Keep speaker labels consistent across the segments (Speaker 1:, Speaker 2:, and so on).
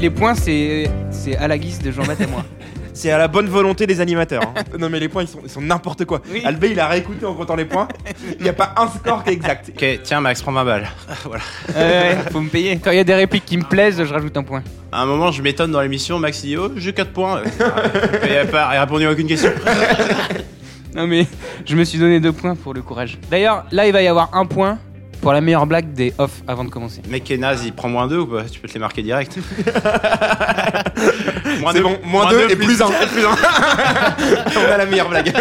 Speaker 1: les points, c'est c'est à la guise de Jean-Baptiste et moi.
Speaker 2: C'est à la bonne volonté des animateurs. hein.
Speaker 3: Non mais les points ils sont, ils sont n'importe quoi.
Speaker 1: Oui.
Speaker 3: Albé il a réécouté en comptant les points. Il n'y a pas un score qui est exact.
Speaker 4: Ok, tiens Max, prends ma balle.
Speaker 1: Ouais, ouais, faut me payer. Quand il y a des répliques qui me plaisent, je rajoute un point.
Speaker 4: À un moment, je m'étonne dans l'émission, Max il dit Oh, j'ai 4 points. Il a pas il a répondu à aucune question.
Speaker 1: Non mais je me suis donné deux points pour le courage. D'ailleurs, là il va y avoir un point pour la meilleure blague des off avant de commencer.
Speaker 4: Le Mec qui est naze, il prend moins 2 ou pas Tu peux te les marquer direct. moins
Speaker 3: C'est
Speaker 4: deux,
Speaker 3: bon, moins 2 et
Speaker 4: plus-
Speaker 3: plus 1. Plus un. On a la meilleure blague.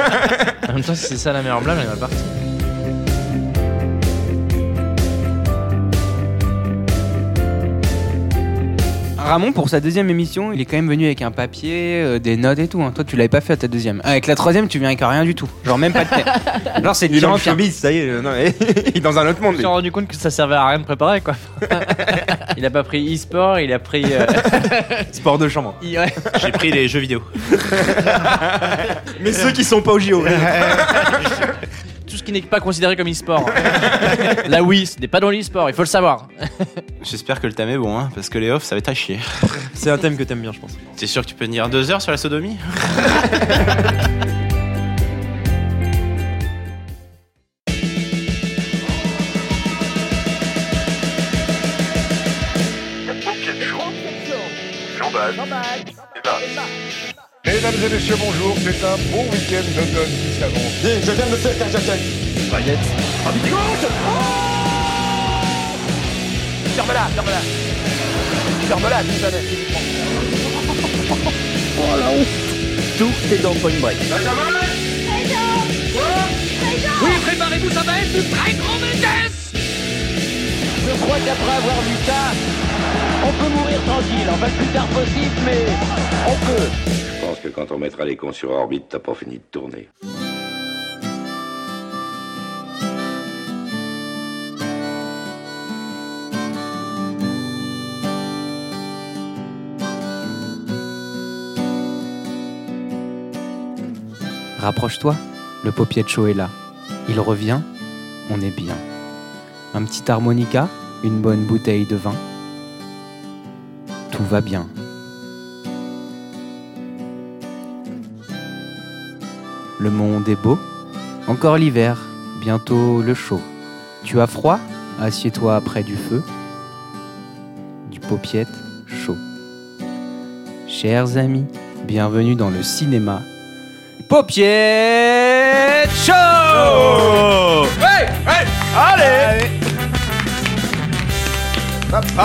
Speaker 5: En même temps, si c'est ça la meilleure blague, on est mal parti.
Speaker 1: Ramon pour sa deuxième émission, il est quand même venu avec un papier, euh, des notes et tout. hein. Toi tu l'avais pas fait à ta deuxième. Avec la troisième tu viens avec rien du tout. Genre même pas de thème. Genre c'est
Speaker 3: Il est
Speaker 1: du
Speaker 3: dans le
Speaker 1: Pierre.
Speaker 3: showbiz, ça y est. euh, non, il est dans un autre monde.
Speaker 5: Je me
Speaker 3: lui.
Speaker 5: suis rendu compte que ça servait à rien de préparer quoi. il a pas pris e-sport, il a pris. euh,
Speaker 3: Sport de chambre.
Speaker 5: i- ouais.
Speaker 4: J'ai pris les jeux vidéo.
Speaker 2: Mais ceux qui sont pas au JO.
Speaker 5: Tout ce qui n'est pas considéré comme e-sport. Là, oui, ce n'est pas dans l'e-sport, il faut le savoir.
Speaker 4: J'espère que le thème est bon, hein, parce que les offs, ça va être à chier.
Speaker 2: C'est un thème que t'aimes bien, je pense.
Speaker 4: T'es sûr que tu peux tenir 2 heures sur la sodomie
Speaker 6: Mesdames et messieurs, bonjour, c'est un bon week-end d'automne qui s'avance.
Speaker 7: Je pense que quand on mettra les cons sur orbite, t'as pas fini de tourner.
Speaker 1: Rapproche-toi, le paupier de chaud est là. Il revient, on est bien. Un petit harmonica, une bonne bouteille de vin. Tout va bien. Le monde est beau, encore l'hiver, bientôt le chaud. Tu as froid, assieds-toi près du feu, du paupiette chaud. Chers amis, bienvenue dans le cinéma Paupiette Show
Speaker 4: Oh!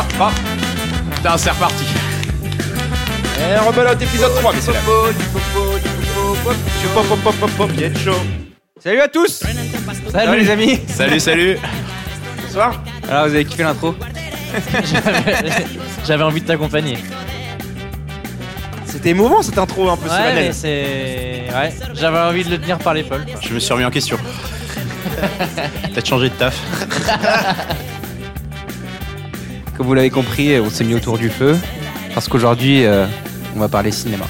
Speaker 4: Putain, c'est reparti.
Speaker 3: Et rebelote épisode 3, messieurs. dames. Pop, pop, pop, pop, pop, il est chaud.
Speaker 1: Salut à tous Salut les amis
Speaker 4: Salut, salut.
Speaker 3: Bonsoir.
Speaker 1: Alors vous avez kiffé l'intro
Speaker 5: J'avais envie de t'accompagner.
Speaker 2: C'était émouvant cette intro un peu
Speaker 5: Ouais, mais
Speaker 2: solennelle.
Speaker 5: c'est. Ouais, j'avais envie de le tenir par l'épaule.
Speaker 4: Je me suis remis en question. T'as changé de taf.
Speaker 1: Comme vous l'avez compris, euh, on s'est mis autour du feu parce qu'aujourd'hui euh, on va parler cinéma.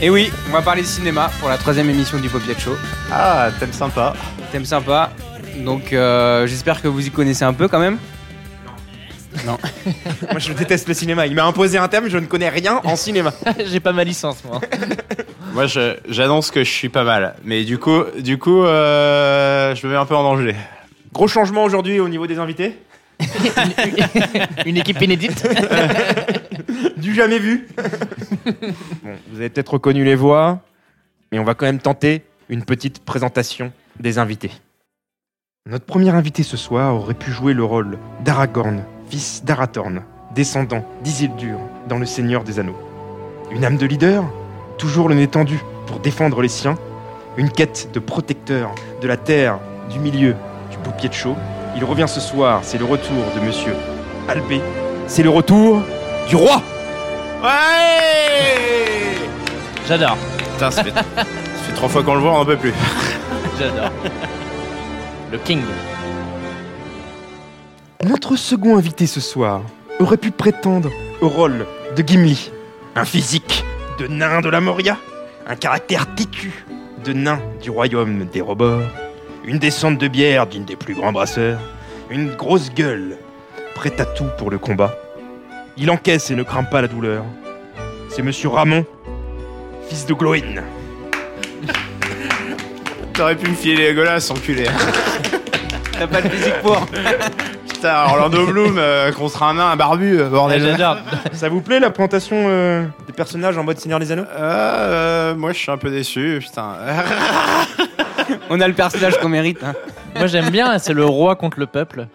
Speaker 1: Et oui, on va parler cinéma pour la troisième émission du Paupiette Show.
Speaker 4: Ah, thème sympa.
Speaker 1: Thème sympa, donc euh, j'espère que vous y connaissez un peu quand même.
Speaker 2: Moi je déteste le cinéma. Il m'a imposé un thème, je ne connais rien en cinéma.
Speaker 5: J'ai pas ma licence moi.
Speaker 4: Moi, je- j'annonce que je suis pas mal. Mais du coup, du coup euh, je me mets un peu en danger.
Speaker 2: Gros changement aujourd'hui au niveau des invités.
Speaker 5: Une équipe inédite.
Speaker 2: Du jamais vu. bon, vous avez peut-être reconnu les voix, mais on va quand même tenter une petite présentation des invités. Notre premier invité ce soir aurait pu jouer le rôle d'Aragorn, fils d'Arathorn, descendant d'Isildur dans Le Seigneur des Anneaux. Une âme de leader, toujours le nez tendu pour défendre les siens, une quête de protecteur de la terre, du milieu, du beau pied de chaud. Il revient ce soir, c'est le retour de monsieur Albé, c'est le retour du roi
Speaker 4: Ouais
Speaker 5: J'adore,
Speaker 4: Putain, ça fait, ça fait trois fois qu'on le voit, on en peut plus.
Speaker 5: j'adore. Le king.
Speaker 2: Notre second invité ce soir aurait pu prétendre au rôle de Gimli. Un physique de nain de la Moria, un caractère têtu de nain du royaume des robots, une descente de bière d'une des plus grands brasseurs, une grosse gueule prête à tout pour le combat, Il encaisse et ne craint pas la douleur. C'est Monsieur Ramon, fils de Gloin.
Speaker 4: T'aurais pu me filer les golas, enculé.
Speaker 1: T'as pas de physique pour.
Speaker 4: Putain, Orlando Bloom euh, contre un nain, un barbu, euh, bordel.
Speaker 2: Ça vous plaît la présentation euh, des personnages en mode Seigneur des Anneaux
Speaker 4: Euh, euh, moi, je suis un peu déçu, putain.
Speaker 1: On a le personnage qu'on mérite. hein.
Speaker 5: Moi j'aime bien, c'est le roi contre le peuple.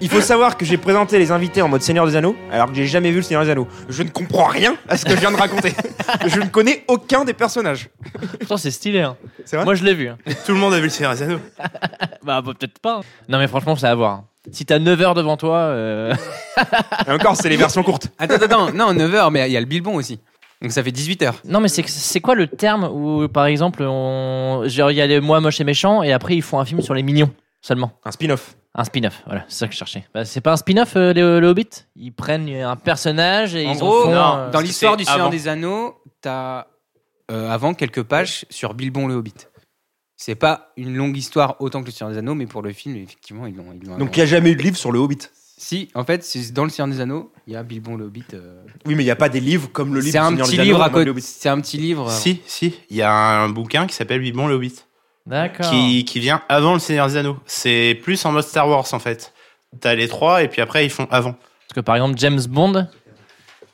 Speaker 2: Il faut savoir que j'ai présenté les invités en mode Seigneur des Anneaux, alors que j'ai jamais vu le Seigneur des Anneaux. Je ne comprends rien à ce que je viens de raconter. je ne connais aucun des personnages.
Speaker 5: Pourtant c'est stylé. Hein.
Speaker 2: C'est vrai
Speaker 5: Moi je l'ai vu. hein.
Speaker 4: Tout le monde a vu le Seigneur des Anneaux.
Speaker 5: Bah, bah, peut-être pas. Non mais franchement c'est à voir. hein. Si t'as 9 heures devant toi, euh,
Speaker 2: Et encore, c'est les versions courtes.
Speaker 1: Attends, attends, non, 9h, mais il y a le Bilbon aussi. Donc ça fait 18h.
Speaker 5: Non, mais c'est c'est quoi le terme où, par exemple, on... genre, il y a les moi moche et méchant, et après, ils font un film sur les mignons seulement.
Speaker 2: Un spin-off.
Speaker 5: Un spin-off, voilà, c'est ça que je cherchais. Bah, c'est pas un spin-off, euh, le, le Hobbit Ils prennent un personnage et
Speaker 1: En
Speaker 5: ils en
Speaker 1: gros,
Speaker 5: font.
Speaker 1: non,
Speaker 5: euh,
Speaker 1: dans l'histoire du
Speaker 4: c'était
Speaker 1: Seigneur
Speaker 4: avant.
Speaker 1: des Anneaux, t'as euh, avant quelques pages sur Bilbon le Hobbit. C'est pas une longue histoire autant que le Seigneur des Anneaux, mais pour le film, effectivement, ils l'ont. ils l'ont
Speaker 2: Donc il
Speaker 1: inventé.
Speaker 2: n'y a jamais eu de livre sur le Hobbit.
Speaker 1: Si, en fait, c'est dans le Seigneur des Anneaux, il y a Bilbon le Hobbit. euh,
Speaker 2: Oui, mais il n'y a pas des livres comme le livre
Speaker 1: C'est un,
Speaker 2: du Seigneur
Speaker 1: petit
Speaker 2: des
Speaker 1: livre
Speaker 2: Anneaux
Speaker 1: à
Speaker 2: en mode le
Speaker 1: côté.
Speaker 2: Hobbit.
Speaker 1: C'est un petit livre. euh,
Speaker 4: Si, si, il y a un bouquin qui s'appelle Bibon le Hobbit,
Speaker 5: D'accord.
Speaker 4: qui, qui vient avant le Seigneur des Anneaux. C'est plus en mode Star Wars, en fait. T'as les trois, et puis après, ils font avant.
Speaker 5: Parce que par exemple, James Bond,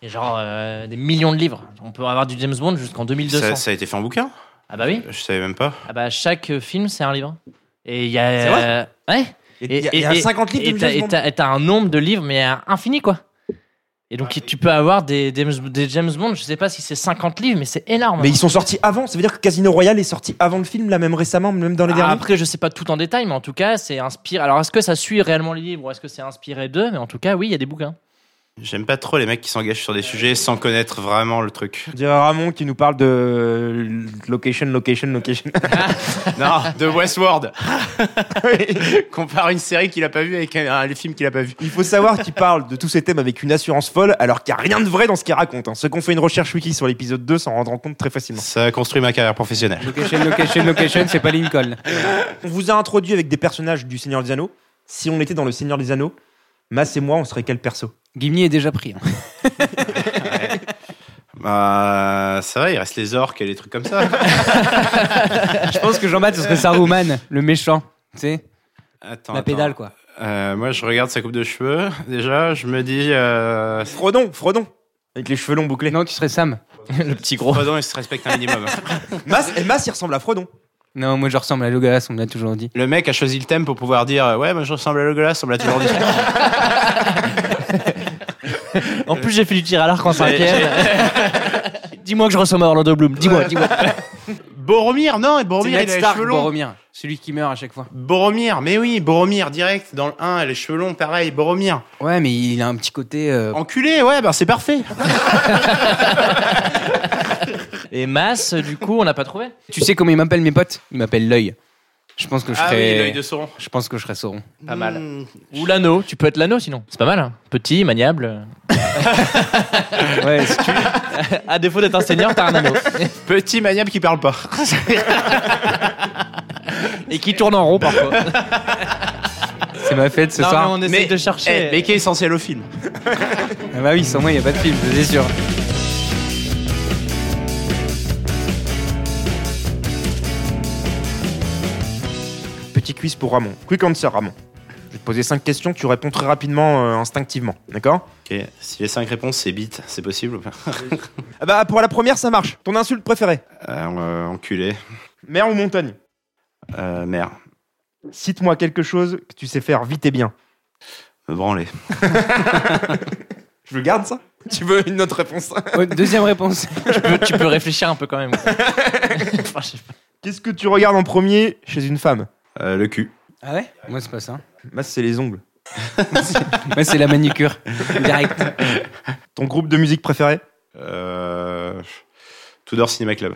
Speaker 5: il y a genre euh, des millions de livres. On peut avoir du James Bond jusqu'en
Speaker 4: Ça,
Speaker 5: 2200.
Speaker 4: ça a été fait en bouquin
Speaker 5: Ah bah oui,
Speaker 4: Je savais même pas.
Speaker 5: ah bah, chaque euh, film, c'est un livre. Et il y a. euh,
Speaker 2: C'est vrai
Speaker 5: ouais
Speaker 2: Et Il y a- il y a 50 livres
Speaker 5: et
Speaker 2: de
Speaker 5: t'as-
Speaker 2: James
Speaker 5: et
Speaker 2: Bond.
Speaker 5: t'as- et t'as un nombre de livres, mais euh, infini, quoi.
Speaker 2: Ah,
Speaker 5: Et donc, tu peux avoir des, des, des James Bond, je sais pas si c'est 50 livres, mais c'est énorme.
Speaker 2: Mais ils sont sortis avant. Ça veut dire que Casino Royale est sorti avant le film, là, même récemment, même dans les
Speaker 5: Ah,
Speaker 2: derniers.
Speaker 5: après, je sais pas tout en détail, mais en tout cas, c'est inspiré. Alors, est-ce que ça suit réellement les livres ou est-ce que c'est inspiré d'eux Mais en tout cas, oui, il y a des bouquins.
Speaker 4: J'aime pas trop les mecs qui s'engagent sur des sujets sans connaître vraiment le truc.
Speaker 2: On dirait Ramon qui nous parle de location, location, location.
Speaker 4: Non, de Westworld. Compare une série qu'il a pas vue avec un, un- le film qu'il a pas vu.
Speaker 2: Il faut savoir qu'il parle de tous ces thèmes avec une assurance folle, alors qu'il n'y a rien de vrai dans ce qu'il raconte. Hein. Ceux qu'on fait une recherche wiki sur l'épisode 2 s'en rendront compte très facilement.
Speaker 4: Ça a construit ma carrière professionnelle.
Speaker 1: Location, location, location, c'est pas Lincoln.
Speaker 2: On vous a introduit avec des personnages du Seigneur des Anneaux. Si on était dans le Seigneur des Anneaux, Mas et moi, on serait quel perso
Speaker 1: Gimli est déjà pris. hein.
Speaker 4: Bah, ça va, il reste les orques et les trucs comme ça.
Speaker 1: Je pense que Jean-Baptiste ce serait Saruman, le méchant. Tu sais,
Speaker 4: Attends,
Speaker 1: la
Speaker 4: attends.
Speaker 1: pédale, quoi.
Speaker 4: Euh, moi, je regarde sa coupe de cheveux. Déjà, je me dis. Euh...
Speaker 2: Frodon, Frodon Avec les cheveux longs bouclés.
Speaker 1: Non, tu serais Sam.
Speaker 5: le petit gros.
Speaker 4: Frodon, il se respecte un minimum.
Speaker 2: Mas, et Mas, il ressemble à Frodon.
Speaker 1: Non, moi je ressemble à Legolas, on me l'a toujours dit.
Speaker 4: le mec a choisi le thème pour pouvoir dire euh, Ouais, moi je ressemble à Legolas, on me l'a toujours dit.
Speaker 5: En plus, j'ai fait du tir à l'arc en cinquième. dis-moi que je ressemble à Orlando Bloom. Dis-moi, dis-moi.
Speaker 4: Boromir, non, et
Speaker 1: C'est
Speaker 4: Boromir,
Speaker 1: Ned
Speaker 4: il a les
Speaker 1: Stark,
Speaker 4: cheveux longs.
Speaker 1: Boromir, celui qui meurt à chaque fois.
Speaker 4: Boromir, mais oui, Boromir, direct, dans le 1, elle a les cheveux longs, pareil, Boromir.
Speaker 1: Ouais, mais il a un petit côté. euh,
Speaker 4: Enculé, ouais, bah c'est parfait.
Speaker 5: Et Mas, du coup, on n'a pas trouvé.
Speaker 1: Tu sais comment il m'appelle mes potes Il m'appelle l'œil. Je pense que je
Speaker 4: Ah oui,
Speaker 1: serais.
Speaker 4: l'œil de Sauron.
Speaker 1: je pense que je serais Sauron.
Speaker 5: Pas mal.
Speaker 4: Hmm.
Speaker 5: Ou l'anneau. Tu peux être l'anneau sinon. C'est pas mal. hein. Petit, maniable.
Speaker 1: Ouais, si tu-
Speaker 5: À défaut d'être un seigneur, t'as un anneau.
Speaker 4: Petit maniable qui parle pas.
Speaker 2: Ah,
Speaker 5: Et qui tourne en rond parfois.
Speaker 1: c'est ma fête ce
Speaker 5: Non,
Speaker 1: soir.
Speaker 5: mais on essaie
Speaker 4: Mais-
Speaker 5: de chercher.
Speaker 4: Eh, mais qui est essentiel au film.
Speaker 1: Ah bah oui, sans moi il n'y a pas de film, c'est sûr.
Speaker 2: Petit cuisse pour Ramon. Quick answer, Ramon. Je vais te poser 5 questions, tu réponds très rapidement, euh, instinctivement. D'accord
Speaker 4: Ok, si les 5 réponses c'est bite, c'est possible ou pas
Speaker 2: ah Bah, pour la première, ça marche. Ton insulte préférée
Speaker 4: euh, Enculé.
Speaker 2: Mer ou montagne
Speaker 4: Euh, merde.
Speaker 2: Cite-moi quelque chose que tu sais faire vite et bien.
Speaker 4: Me branler.
Speaker 2: Je le garde, ça Tu veux une autre réponse
Speaker 1: Oh, deuxième réponse.
Speaker 5: tu, peux, tu peux réfléchir un peu quand même. quoi. Enfin, je sais pas.
Speaker 2: Qu'est-ce que tu regardes en premier chez une femme
Speaker 4: Euh, le cul.
Speaker 1: Ah ouais Moi c'est pas ça.
Speaker 2: Bah, c'est les ongles.
Speaker 1: Moi c'est la manicure. Direct.
Speaker 2: Ton groupe de musique préféré
Speaker 4: Euh... Tudor Cinéma Club.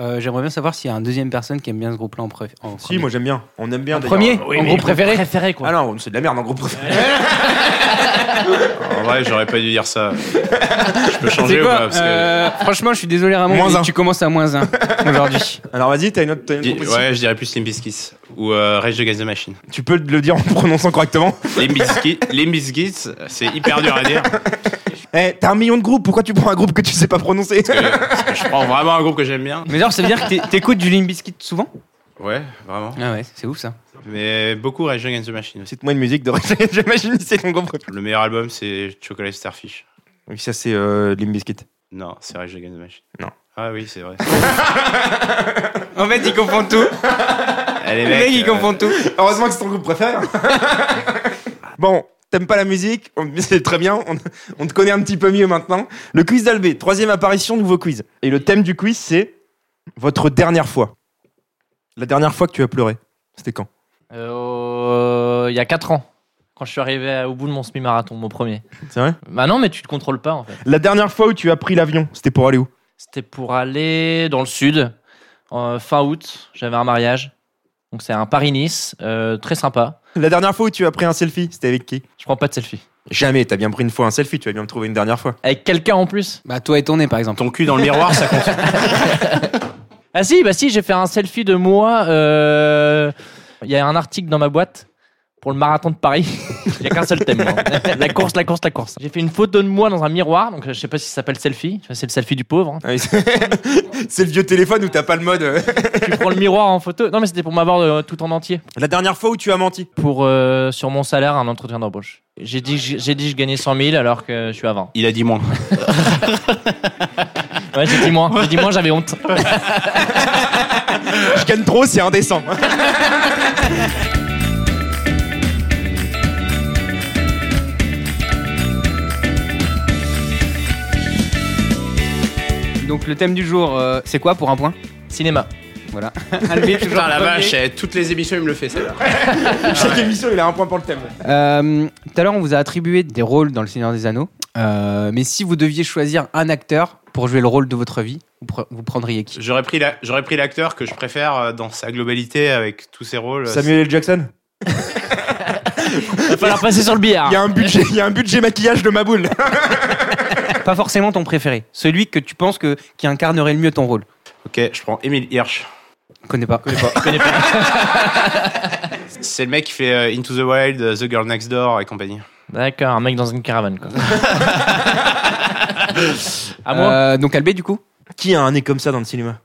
Speaker 1: Euh, J'aimerais bien savoir s'il y a une deuxième personne qui aime bien ce groupe-là en, pré- en
Speaker 2: Si,
Speaker 1: premier.
Speaker 2: moi j'aime bien. On aime bien.
Speaker 1: En
Speaker 2: d'ailleurs.
Speaker 1: premier
Speaker 2: Oui,
Speaker 1: En
Speaker 2: mais-
Speaker 1: groupe préféré
Speaker 5: Préféré, quoi.
Speaker 2: Ah non, c'est de la merde en groupe préféré.
Speaker 4: En vrai, j'aurais pas dû dire ça. Je peux changer
Speaker 1: C'est
Speaker 4: ou
Speaker 1: quoi
Speaker 4: pas parce que-
Speaker 1: Euh, Franchement, je suis désolé, Ramon,
Speaker 2: bah, Moins
Speaker 1: mais
Speaker 2: un.
Speaker 1: tu commences à moins un aujourd'hui.
Speaker 2: Alors vas-y, t'as une autre, t'as une
Speaker 4: Di-
Speaker 2: proposition
Speaker 4: Ouais, je dirais plus Limp Bizkit ou euh, Rage Against the Machine.
Speaker 2: Tu peux le dire en prononçant correctement.
Speaker 4: Limp Bizkit, Limp Bizkit, c'est hyper dur à dire.
Speaker 2: Eh, t'as un million de groupes, pourquoi tu prends un groupe que tu sais pas prononcer
Speaker 4: parce que je prends vraiment un groupe que j'aime bien.
Speaker 1: Mais genre, ça veut dire que t'é- t'écoutes du Limp Bizkit souvent
Speaker 4: Ouais, vraiment.
Speaker 1: Ah ouais, c'est ouf ça.
Speaker 4: Mais beaucoup Rage Against the Machine aussi.
Speaker 2: Cite-moi une musique de Rage J'imagine c'est ton groupe préféré.
Speaker 4: Le meilleur album, c'est Chocolate Starfish.
Speaker 2: Oui, ça c'est euh, Limp Bizkit.
Speaker 4: Non, c'est Rage Against the Machine.
Speaker 2: Non.
Speaker 4: Ah oui, c'est vrai.
Speaker 1: En fait, ils confondent tout.
Speaker 4: Eh,
Speaker 1: Les mecs, ils
Speaker 4: euh,
Speaker 1: confondent tout.
Speaker 2: Heureusement que c'est ton groupe préféré. hein. bon, t'aimes pas la musique, on- c'est très bien, on, on te connaît un petit peu mieux maintenant. Le quiz d'Albé, troisième apparition, nouveau quiz. Et le thème du quiz, c'est votre dernière fois. La dernière fois que tu as pleuré, c'était quand
Speaker 5: Euh, il y a 4 ans, quand je suis arrivé au bout de mon semi-marathon, mon premier.
Speaker 2: C'est vrai
Speaker 5: Bah non, mais tu te contrôles pas, en fait.
Speaker 2: La dernière fois où tu as pris l'avion, c'était pour aller où
Speaker 5: C'était pour aller dans le sud, en fin août, j'avais un mariage. Donc c'est un Paris-Nice, euh, très sympa.
Speaker 2: La dernière fois où tu as pris un selfie, c'était avec qui
Speaker 5: Je prends pas de selfie.
Speaker 2: Jamais, t'as bien pris une fois un selfie, tu vas bien me trouver une dernière fois.
Speaker 5: Avec quelqu'un en plus
Speaker 1: Bah, toi et ton nez, par exemple.
Speaker 4: Euh, Ton cul dans le miroir, ça compte.
Speaker 5: Ah si, bah si, j'ai fait un selfie de moi. euh, Il y a un article dans ma boîte pour le marathon de Paris. Il n'y a qu'un seul thème. moi. La course, la course, la course. J'ai fait une photo de moi dans un miroir, donc euh, je sais pas si ça s'appelle selfie. C'est le selfie du pauvre. hein.
Speaker 2: Ah oui, c'est c'est le vieux téléphone où t'as pas le mode. euh.
Speaker 5: Tu prends le miroir en photo. Non mais c'était pour m'avoir euh, tout en entier.
Speaker 2: La dernière fois où tu as menti.
Speaker 5: Pour euh, sur mon salaire, un entretien d'embauche. J'ai dit, que j'ai j'ai dit que je gagnais 100 000 alors que je suis à 20.
Speaker 4: Il a dit moins.
Speaker 5: Ouais, j'ai dit moins. J'ai dit moins, j'avais honte.
Speaker 2: Je gagne trop, c'est indécent.
Speaker 1: Donc, le thème du jour, euh, c'est quoi pour un point
Speaker 5: Cinéma.
Speaker 1: Voilà. Albi, toujours
Speaker 4: Putain, la
Speaker 1: premier.
Speaker 4: vache, eh, toutes les émissions, il me le fait, celle-là.
Speaker 2: Chaque émission, il a un point pour le thème.
Speaker 1: Euh, Tout à l'heure, on vous a attribué des rôles dans Le Seigneur des Anneaux. Euh, mais si vous deviez choisir un acteur pour jouer le rôle de votre vie, vous, pre- vous prendriez qui
Speaker 4: J'aurais pris la- j'aurais pris l'acteur que je préfère euh, dans sa globalité avec tous ses rôles.
Speaker 2: Samuel L. Jackson
Speaker 5: Il va falloir passer sur le billard.
Speaker 2: Il y a un budget, il y a un budget maquillage de ma boule.
Speaker 1: Pas forcément ton préféré, celui que tu penses que, qui incarnerait le mieux ton rôle.
Speaker 4: Ok, je prends Emile Hirsch.
Speaker 1: Je Connais pas.
Speaker 4: C'est le mec qui fait euh, Into the Wild, euh, The Girl Next Door et compagnie.
Speaker 5: D'accord, un mec dans une caravane quoi. à moi.
Speaker 1: Euh, donc Albé, du coup
Speaker 2: Qui a un nez comme ça dans le cinéma Ah.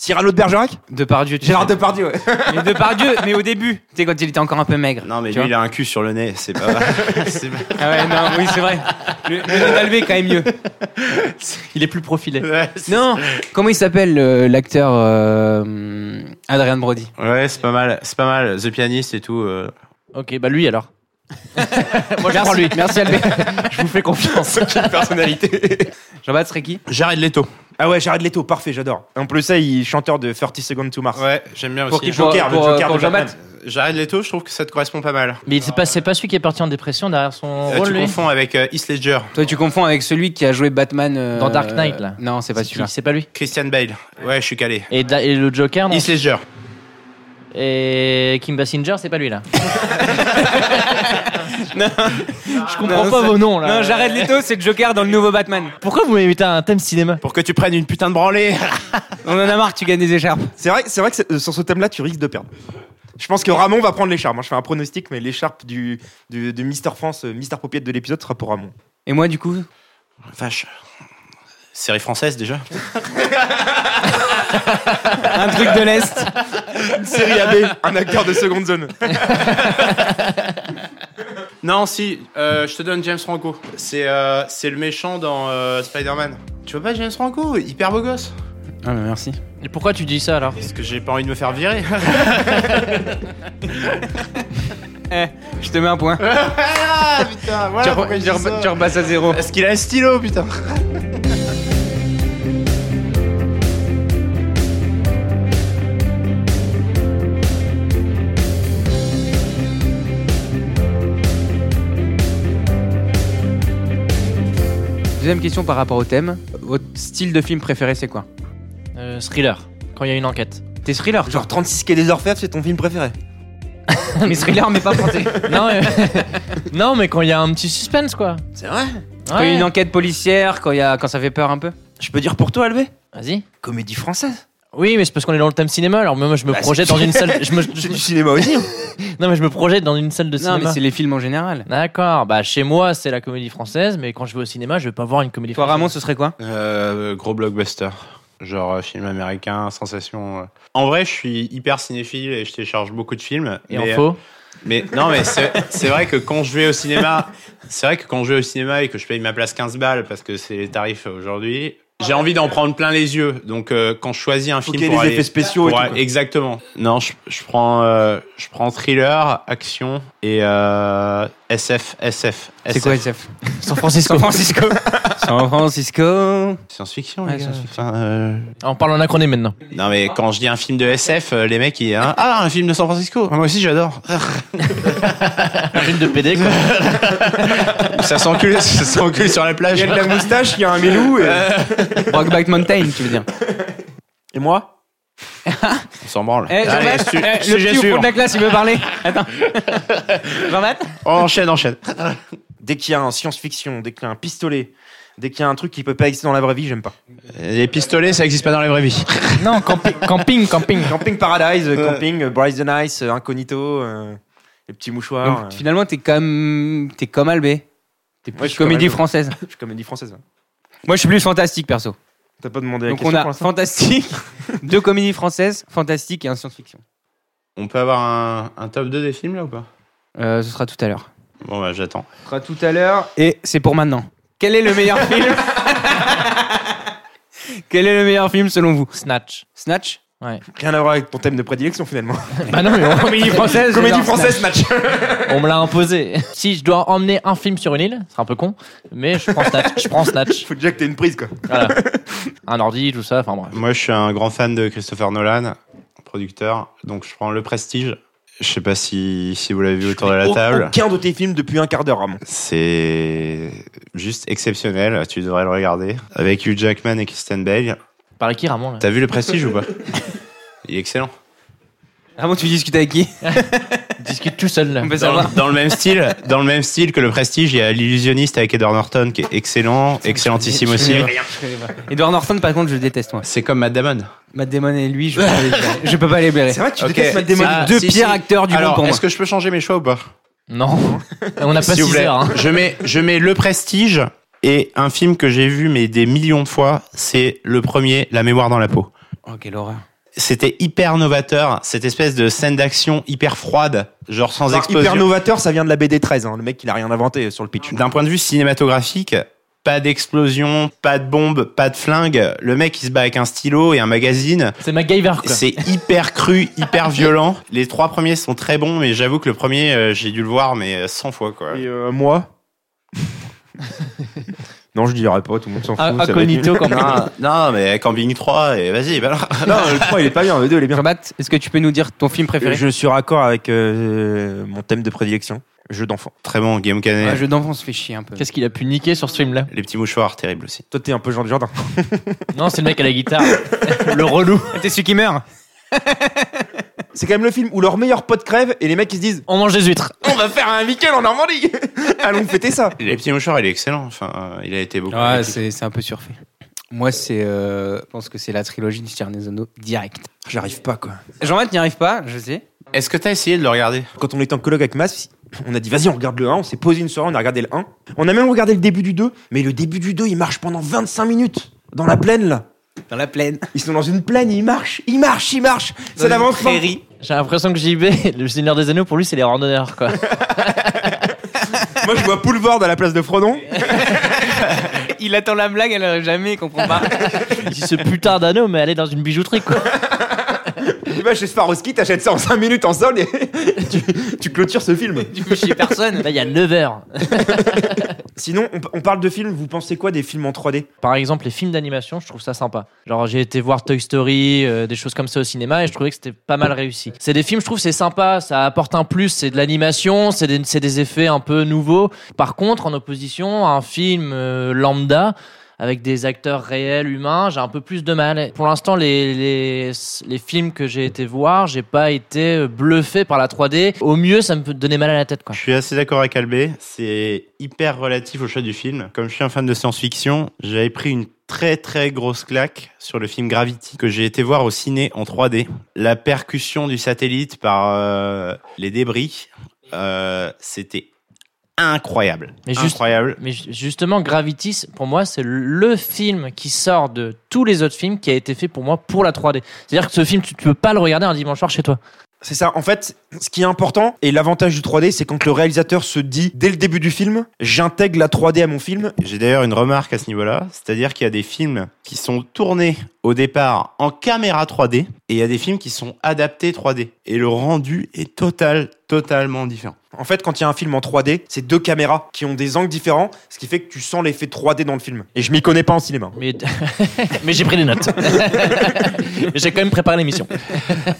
Speaker 2: Cyrano de Bergerac
Speaker 1: Depardieu. tu
Speaker 2: Gérard
Speaker 1: sais.
Speaker 2: Depardieu, ouais.
Speaker 1: Mais Depardieu, mais au début, tu sais, quand il était encore un peu maigre.
Speaker 4: Non, mais
Speaker 1: tu
Speaker 4: lui,
Speaker 1: vois.
Speaker 4: il a un cul sur le nez, c'est pas. c'est pas-
Speaker 1: Ah ouais, non, oui, c'est vrai. Le, le nez d'Albé est quand même mieux.
Speaker 5: Il est plus profilé.
Speaker 4: Ouais, c'est-
Speaker 1: Non Comment il s'appelle euh, l'acteur euh, Adrien Brody
Speaker 4: Ouais, c'est pas mal, c'est pas mal. The Pianist et tout. euh.
Speaker 5: Ok, bah lui alors.
Speaker 1: Moi, je prends lui. Merci Albé.
Speaker 5: Je vous fais confiance.
Speaker 2: personnalité.
Speaker 1: Jean-Baptiste serait qui
Speaker 4: Jared Leto.
Speaker 2: Ah ouais, Jared Leto, parfait, j'adore. En plus, ça, il est chanteur de 30 Seconds to Mars.
Speaker 4: Ouais, j'aime bien
Speaker 1: Pour
Speaker 4: aussi.
Speaker 1: qui Pour-
Speaker 2: Joker, le
Speaker 1: pour, euh,
Speaker 2: Joker
Speaker 1: pour
Speaker 2: de Batman.
Speaker 1: Jean-Baptiste
Speaker 4: Jared Leto, je trouve que ça te correspond pas mal.
Speaker 5: Mais c'est pas, c'est pas celui qui est parti en dépression derrière son
Speaker 4: Euh,
Speaker 5: rôle,
Speaker 4: tu
Speaker 5: lui
Speaker 4: confonds avec euh, Heath Ledger,
Speaker 1: Toi, tu confonds avec celui qui a joué Batman euh,
Speaker 5: Dans Dark Knight, là.
Speaker 1: Non, c'est pas
Speaker 5: qui
Speaker 1: celui-là.
Speaker 5: C'est pas lui.
Speaker 4: Christian Bale. Ouais, je suis calé.
Speaker 5: Et, da- et le Joker, non
Speaker 4: Heath Ledger.
Speaker 5: Et Kim Basinger, c'est pas lui là. Je comprends
Speaker 1: Non,
Speaker 5: pas
Speaker 1: c'est-
Speaker 5: vos noms là.
Speaker 1: Non, Jared Leto, c'est le Joker dans le nouveau Batman.
Speaker 5: Pourquoi vous m'invitez à un thème cinéma
Speaker 4: Pour que tu prennes une putain de branlée.
Speaker 1: On en a marre, que tu gagnes des écharpes.
Speaker 2: C'est vrai, c'est vrai que c'est- euh, sur ce thème-là, tu risques de perdre. Je pense que Ramon va prendre l'écharpe. Moi, je fais un pronostic, mais l'écharpe du, du, du Mister France, euh, Mister Popiette de l'épisode sera pour Ramon.
Speaker 1: Et moi, du coup,
Speaker 4: Vache. Série française déjà.
Speaker 1: un truc de l'Est.
Speaker 2: Une série AB, un acteur de seconde zone.
Speaker 4: Non, si, euh, je te donne James Franco. C'est euh, c'est le méchant dans euh, Spider-Man. Tu vois pas James Franco Hyper beau gosse.
Speaker 1: Ah, bah, merci.
Speaker 5: Et pourquoi tu dis ça alors
Speaker 4: Parce que j'ai pas envie de me faire virer.
Speaker 1: Je te mets un point.
Speaker 4: ah putain,
Speaker 1: tu,
Speaker 4: voilà.
Speaker 1: re-
Speaker 4: pourquoi je
Speaker 1: tu
Speaker 4: dis ça.
Speaker 1: re- tu repasses à zéro.
Speaker 4: Parce qu'il a un stylo, putain.
Speaker 1: Deuxième question par rapport au thème. Votre style de film préféré, c'est quoi
Speaker 5: Euh, Thriller. quand il y a une enquête.
Speaker 2: T'es thriller. Genre 36 Quai des Orfèvres, c'est ton film préféré.
Speaker 1: Mais thriller, mais pas français.
Speaker 5: non, euh, non, mais quand il y a un petit suspense, quoi.
Speaker 2: C'est vrai.
Speaker 1: Quand il y a
Speaker 5: Ouais.
Speaker 1: une enquête policière, quand, il y a, quand ça fait peur un peu.
Speaker 2: Je peux dire pour toi, Albé
Speaker 5: Vas-y.
Speaker 2: Comédie française.
Speaker 5: Oui, mais c'est parce qu'on est dans le thème cinéma. Alors moi, je me
Speaker 2: Bah,
Speaker 5: projette
Speaker 2: c'est-
Speaker 5: dans une salle. Je me, je-
Speaker 2: C'est du cinéma aussi. hein.
Speaker 5: non, mais je me projette dans une salle de
Speaker 1: Non, mais
Speaker 5: cinéma.
Speaker 1: c'est les films en général.
Speaker 5: D'accord. Bah chez moi, c'est la comédie française, mais quand je vais au cinéma, je vais pas voir une comédie
Speaker 1: Toi,
Speaker 5: française.
Speaker 1: Ramon, ce serait quoi
Speaker 4: Euh, gros blockbuster. Genre euh, film américain, sensation. euh. En vrai, je suis hyper cinéphile et je télécharge beaucoup de films.
Speaker 5: et
Speaker 4: mais, euh,
Speaker 5: en faux.
Speaker 4: mais non, mais c'est c'est vrai que quand je vais au cinéma, c'est vrai que quand je vais au cinéma et que je paye ma place 15 balles parce que c'est les tarifs aujourd'hui, j'ai envie d'en prendre plein les yeux. Donc euh, quand je choisis un
Speaker 2: Faut
Speaker 4: film
Speaker 2: qu'il y ait
Speaker 4: pour
Speaker 2: les
Speaker 4: aller-
Speaker 2: effets spéciaux et
Speaker 4: pour
Speaker 2: tout,
Speaker 4: aller-
Speaker 2: quoi.
Speaker 4: exactement. Non, je, je prends euh, je prends thriller, action et euh, SF SF.
Speaker 1: C'est quoi, SF
Speaker 5: San Francisco.
Speaker 1: Francisco. San Francisco.
Speaker 4: Science-fiction,
Speaker 1: Ouais,
Speaker 4: les gars.
Speaker 1: science-fiction.
Speaker 4: Enfin, euh,
Speaker 5: Ah, On parle en acronyme maintenant.
Speaker 4: Non
Speaker 2: Ah.
Speaker 4: mais quand je dis un film de SF, euh, les mecs ils hein, ah un film de San Francisco. Ah, Moi aussi j'adore.
Speaker 5: Un film de PD. Quoi.
Speaker 4: ça s'encule, ça s'encule sur la plage.
Speaker 2: Il y a de la moustache, il y a un euh. mélou. et-
Speaker 1: Rockback Mountain, tu veux dire.
Speaker 2: Et moi
Speaker 4: On s'en branle.
Speaker 1: Eh,
Speaker 4: Allez,
Speaker 1: Jean-Baptiste,
Speaker 4: su-
Speaker 1: eh, le
Speaker 4: sujet
Speaker 1: petit au fond
Speaker 4: suivant.
Speaker 1: de la classe, il veut parler. Attends. Jean-Baptiste
Speaker 4: On enchaîne, enchaîne.
Speaker 2: Dès qu'il y a un science-fiction, dès qu'il y a un pistolet, dès qu'il y a un truc qui peut pas exister dans la vraie vie, j'aime pas.
Speaker 4: Les pistolets ça existe pas dans la vraie vie.
Speaker 5: Non, campi- camping, camping.
Speaker 2: Camping Paradise, euh, Camping, euh, Bryce the Nice, euh, Incognito, euh, les petits mouchoirs.
Speaker 1: Donc,
Speaker 2: euh,
Speaker 1: finalement, t'es comme, t'es comme Albé. T'es plus
Speaker 2: Ouais, je suis
Speaker 1: comédie
Speaker 2: comme Albé.
Speaker 1: française.
Speaker 2: je suis comédie française. hein.
Speaker 1: Moi, je suis plus fantastique, perso.
Speaker 2: T'as pas demandé la
Speaker 1: Donc, on
Speaker 2: question pour
Speaker 1: a
Speaker 2: l'instant
Speaker 1: fantastique, deux comédies françaises, fantastique et un science-fiction.
Speaker 4: On peut avoir un, un top 2 des films là ou pas
Speaker 1: Euh, ce sera tout à l'heure.
Speaker 4: Bon bah j'attends.
Speaker 1: Ce sera tout à l'heure et c'est pour maintenant. Quel est le meilleur film Quel est le meilleur film selon vous
Speaker 5: Snatch.
Speaker 1: Snatch
Speaker 2: Rien à voir avec ton thème de prédilection finalement.
Speaker 5: Bah non, mais on-
Speaker 1: Comédie française
Speaker 2: comédie française, match
Speaker 5: On me l'a imposé. Si je dois emmener un film sur une île, c'est un peu con, mais je prends Snatch. Je prends Snatch.
Speaker 2: Faut déjà que t'aies une prise quoi.
Speaker 5: Voilà. Un ordi, tout ça, enfin bref.
Speaker 4: Moi je suis un grand fan de Christopher Nolan, producteur. Donc je prends Le Prestige. Je sais pas si, si vous l'avez vu autour de la
Speaker 2: Au-
Speaker 4: table.
Speaker 2: Aucun de tes films depuis un quart d'heure, Ramon.
Speaker 4: C'est juste exceptionnel, tu devrais le regarder. Avec Hugh Jackman et Kristen Bell.
Speaker 5: Par qui, Ramon là
Speaker 4: T'as vu le Prestige ou pas Il est excellent.
Speaker 1: Vraiment, Ah tu discutes avec qui
Speaker 5: Discute tout seul là.
Speaker 1: On peut
Speaker 4: Dans,
Speaker 1: savoir.
Speaker 4: dans le même style, dans le même style que le Prestige, il y a l'illusionniste avec Edward Norton qui est excellent, excellentissime aussi.
Speaker 1: Edward Norton, par contre, je le déteste, moi.
Speaker 4: C'est comme Matt Damon.
Speaker 1: Matt Damon et lui, je peux pas les blairer. Je peux pas les blairer.
Speaker 2: C'est vrai que tu
Speaker 4: Ok.
Speaker 2: détestes Matt Damon.
Speaker 4: Ah,
Speaker 1: Deux
Speaker 4: si,
Speaker 1: pires
Speaker 4: si.
Speaker 1: acteurs du monde
Speaker 4: Alors,
Speaker 1: pour moi.
Speaker 4: est-ce que je peux changer mes choix ou pas
Speaker 5: Non. On n'a pas
Speaker 4: S'il vous
Speaker 5: 6
Speaker 4: plaît.
Speaker 5: heures. hein.
Speaker 4: Je mets, je mets le Prestige et un film que j'ai vu mais des millions de fois, c'est le premier, La mémoire dans la peau.
Speaker 1: Oh, quelle horreur.
Speaker 4: C'était hyper novateur, cette espèce de scène d'action hyper froide, genre sans
Speaker 2: Alors,
Speaker 4: explosion.
Speaker 2: hyper novateur, ça vient de la BD 13. hein. Le mec, il a rien inventé sur le pitch.
Speaker 4: D'un point de vue cinématographique, pas d'explosion, pas de bombe, pas de flingue. Le mec, il se bat avec un stylo et un magazine.
Speaker 5: C'est MacGyver quoi.
Speaker 4: C'est hyper cru, hyper violent. Les trois premiers sont très bons, mais j'avoue que le premier, euh, j'ai dû le voir, mais euh, 100 fois, quoi.
Speaker 2: Et euh, moi Non, je dirais pas, tout le monde s'en fout.
Speaker 5: Ah,
Speaker 2: ça va être
Speaker 5: Incognito
Speaker 2: nul.
Speaker 5: comme
Speaker 4: Non, non, mais Camping 3, et vas-y, bah alors.
Speaker 2: Non, le 3, il est pas bien, le 2, il est bien.
Speaker 1: Jean-Baptiste, est-ce que tu peux nous dire ton film préféré
Speaker 2: Je suis raccord avec euh, mon thème de prédilection, jeu d'enfant.
Speaker 4: Très bon, Guillaume Canet.
Speaker 1: Un jeu d'enfant se Ah, fait chier un peu.
Speaker 5: Qu'est-ce qu'il a pu niquer sur ce film là
Speaker 4: Les petits mouchoirs, terrible aussi.
Speaker 2: Toi, t'es un peu Jean du Jardin.
Speaker 5: Non, c'est le mec à la guitare. le relou.
Speaker 1: Ah, T'es celui qui meurt
Speaker 2: C'est quand même le film où leur meilleur pote crève et les mecs ils se disent
Speaker 5: On mange des huîtres.
Speaker 2: On va faire un week-end en Normandie Allons fêter ça
Speaker 4: Les petits mouchoirs, il est excellent. Enfin, euh, il a été beaucoup.
Speaker 1: Ouais, c'est c'est un peu surfait. Moi, c'est. euh, je pense que c'est la trilogie de Stiernezono direct.
Speaker 2: J'arrive pas quoi.
Speaker 1: Jean-Baptiste n'y arrive pas, je sais.
Speaker 4: Est-ce que t'as essayé de le regarder
Speaker 2: Quand on était en colloque avec Mas, on a dit vas-y, on regarde le 1, on s'est posé une soirée, on a regardé le 1. On a même regardé le début du 2, mais le début du 2 il marche pendant 25 minutes dans la plaine là.
Speaker 1: Dans la plaine.
Speaker 2: Ils sont dans une plaine, ils marchent, ils marchent, ils marchent Ça
Speaker 1: Dans
Speaker 2: n'avance
Speaker 1: une
Speaker 2: pas
Speaker 1: prairie.
Speaker 5: J'ai l'impression que JB, le Seigneur des Anneaux, pour lui, c'est les randonneurs quoi.
Speaker 2: Moi je vois Poulvord à la place de Frodon.
Speaker 1: Il attend la blague, elle n'arrive jamais, il comprend pas.
Speaker 5: Il dit ce putain d'anneau, mais aller dans une bijouterie quoi.
Speaker 2: Tu vas chez Swarovski, t'achètes ça en 5 minutes en solde et tu, tu clôtures ce film.
Speaker 5: Du coup, chez personne. Là, il y a 9 heures.
Speaker 2: Sinon, on, on parle de films, vous pensez quoi des films en 3D
Speaker 5: Par exemple, les films d'animation, je trouve ça sympa. Genre, j'ai été voir Toy Story, euh, des choses comme ça au cinéma, et je trouvais que c'était pas mal réussi. C'est des films, je trouve, c'est sympa, ça apporte un plus, c'est de l'animation, c'est des, c'est des effets un peu nouveaux. Par contre, en opposition à un film euh, lambda, avec des acteurs réels, humains, j'ai un peu plus de mal. Pour l'instant, les, les, les films que j'ai été voir, j'ai pas été euh, bluffé par la 3D. Au mieux, ça me peut donner mal à la tête, quoi.
Speaker 4: Je suis assez d'accord avec Albé, c'est hyper relatif au choix du film. Comme je suis un fan de science-fiction, j'avais pris une très très grosse claque sur le film Gravity que j'ai été voir au ciné en 3D. La percussion du satellite par euh, les débris, euh, c'était incroyable.
Speaker 5: Mais juste-
Speaker 4: incroyable.
Speaker 5: Mais ju- justement, Gravity, c'est- pour moi, c'est le film qui sort de tous les autres films qui a été fait pour moi pour la 3D. C'est-à-dire que ce film, tu, tu peux pas le regarder un dimanche soir chez toi.
Speaker 2: C'est ça. En fait, ce qui est important et l'avantage du 3D, c'est quand le réalisateur se dit dès le début du film, j'intègre la 3D à mon film.
Speaker 4: J'ai d'ailleurs une remarque à ce niveau-là, c'est-à-dire qu'il y a des films qui sont tournés au départ en caméra 3D et il y a des films qui sont adaptés 3D et le rendu est total totalement différent.
Speaker 2: En fait, quand il y a un film en 3D, c'est deux caméras qui ont des angles différents, ce qui fait que tu sens l'effet 3D dans le film. Et je m'y connais pas en cinéma.
Speaker 5: Mais, mais j'ai pris des notes. Mais j'ai quand même préparé l'émission.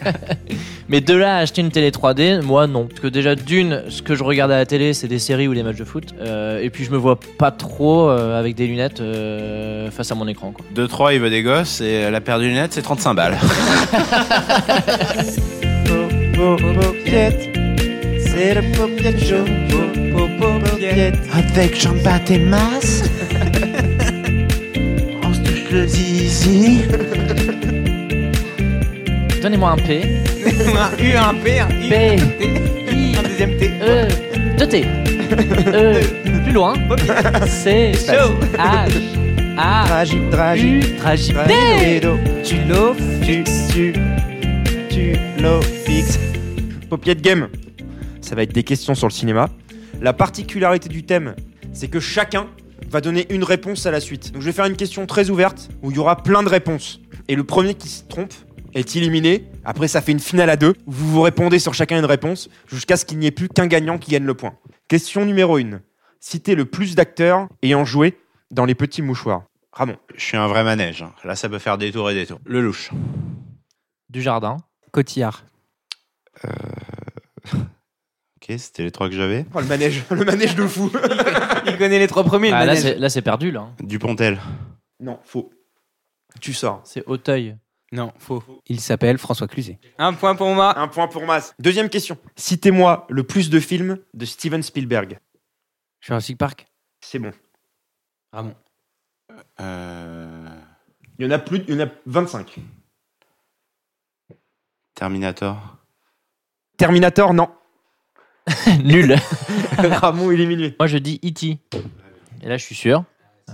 Speaker 5: mais de là à acheter une télé 3D, moi non. Parce que déjà, d'une, ce que je regarde à la télé, c'est des séries ou des matchs de foot. Euh, et puis, je me vois pas trop euh, avec des lunettes euh, face à mon écran. Quoi.
Speaker 4: 2-3, il veut des gosses et euh, la paire de lunettes, c'est 35 balles.
Speaker 2: C'est le
Speaker 4: Avec Jean-Baptiste et Mas, on se touche le zizi.
Speaker 5: Donnez-moi un P.
Speaker 3: un U, un P, un I,
Speaker 5: P. I.
Speaker 3: un deuxième T.
Speaker 5: E, de T. E, plus loin. C'est
Speaker 3: Chaud.
Speaker 5: H. A.
Speaker 2: Tragique,
Speaker 5: U.
Speaker 2: tragique.
Speaker 5: Tragique.
Speaker 2: Tu l'eau tu, tu, tu l'eau fixe. Paupiette Game, ça va être des questions sur le cinéma. La particularité du thème, c'est que chacun va donner une réponse à la suite. Donc je vais faire une question très ouverte où il y aura plein de réponses. Et le premier qui se trompe est éliminé. Après, ça fait une finale à deux. où Vous vous répondez sur chacun une réponse jusqu'à ce qu'il n'y ait plus qu'un gagnant qui gagne le point. Question numéro 1. Citez le plus d'acteurs ayant joué dans les petits mouchoirs. Ramon.
Speaker 4: Je suis un vrai manège. hein. Là, ça peut faire des tours et des tours. Le louche.
Speaker 5: Du jardin.
Speaker 1: Cotillard.
Speaker 4: Ok, c'était les trois que j'avais.
Speaker 2: Oh, le manège, le manège de fou.
Speaker 3: Il connaît les trois premiers,
Speaker 5: Ah,
Speaker 3: le
Speaker 5: là,
Speaker 3: manège.
Speaker 5: c'est là, c'est perdu, là.
Speaker 4: Dupontel.
Speaker 2: Non, faux. Tu sors.
Speaker 5: C'est Auteuil.
Speaker 1: Non, faux. Il s'appelle François Cluzet.
Speaker 3: Un point pour moi.
Speaker 2: Un point pour Mas. Deuxième question. Citez-moi le plus de films de Steven Spielberg.
Speaker 1: Jurassic Park.
Speaker 2: C'est bon.
Speaker 4: Euh,
Speaker 2: Il y en a plus, de- il y en a 25.
Speaker 4: Terminator.
Speaker 2: Terminator, non.
Speaker 5: Nul.
Speaker 2: Ramon éliminé.
Speaker 5: Moi, je dis E.T. Et là, je suis sûr.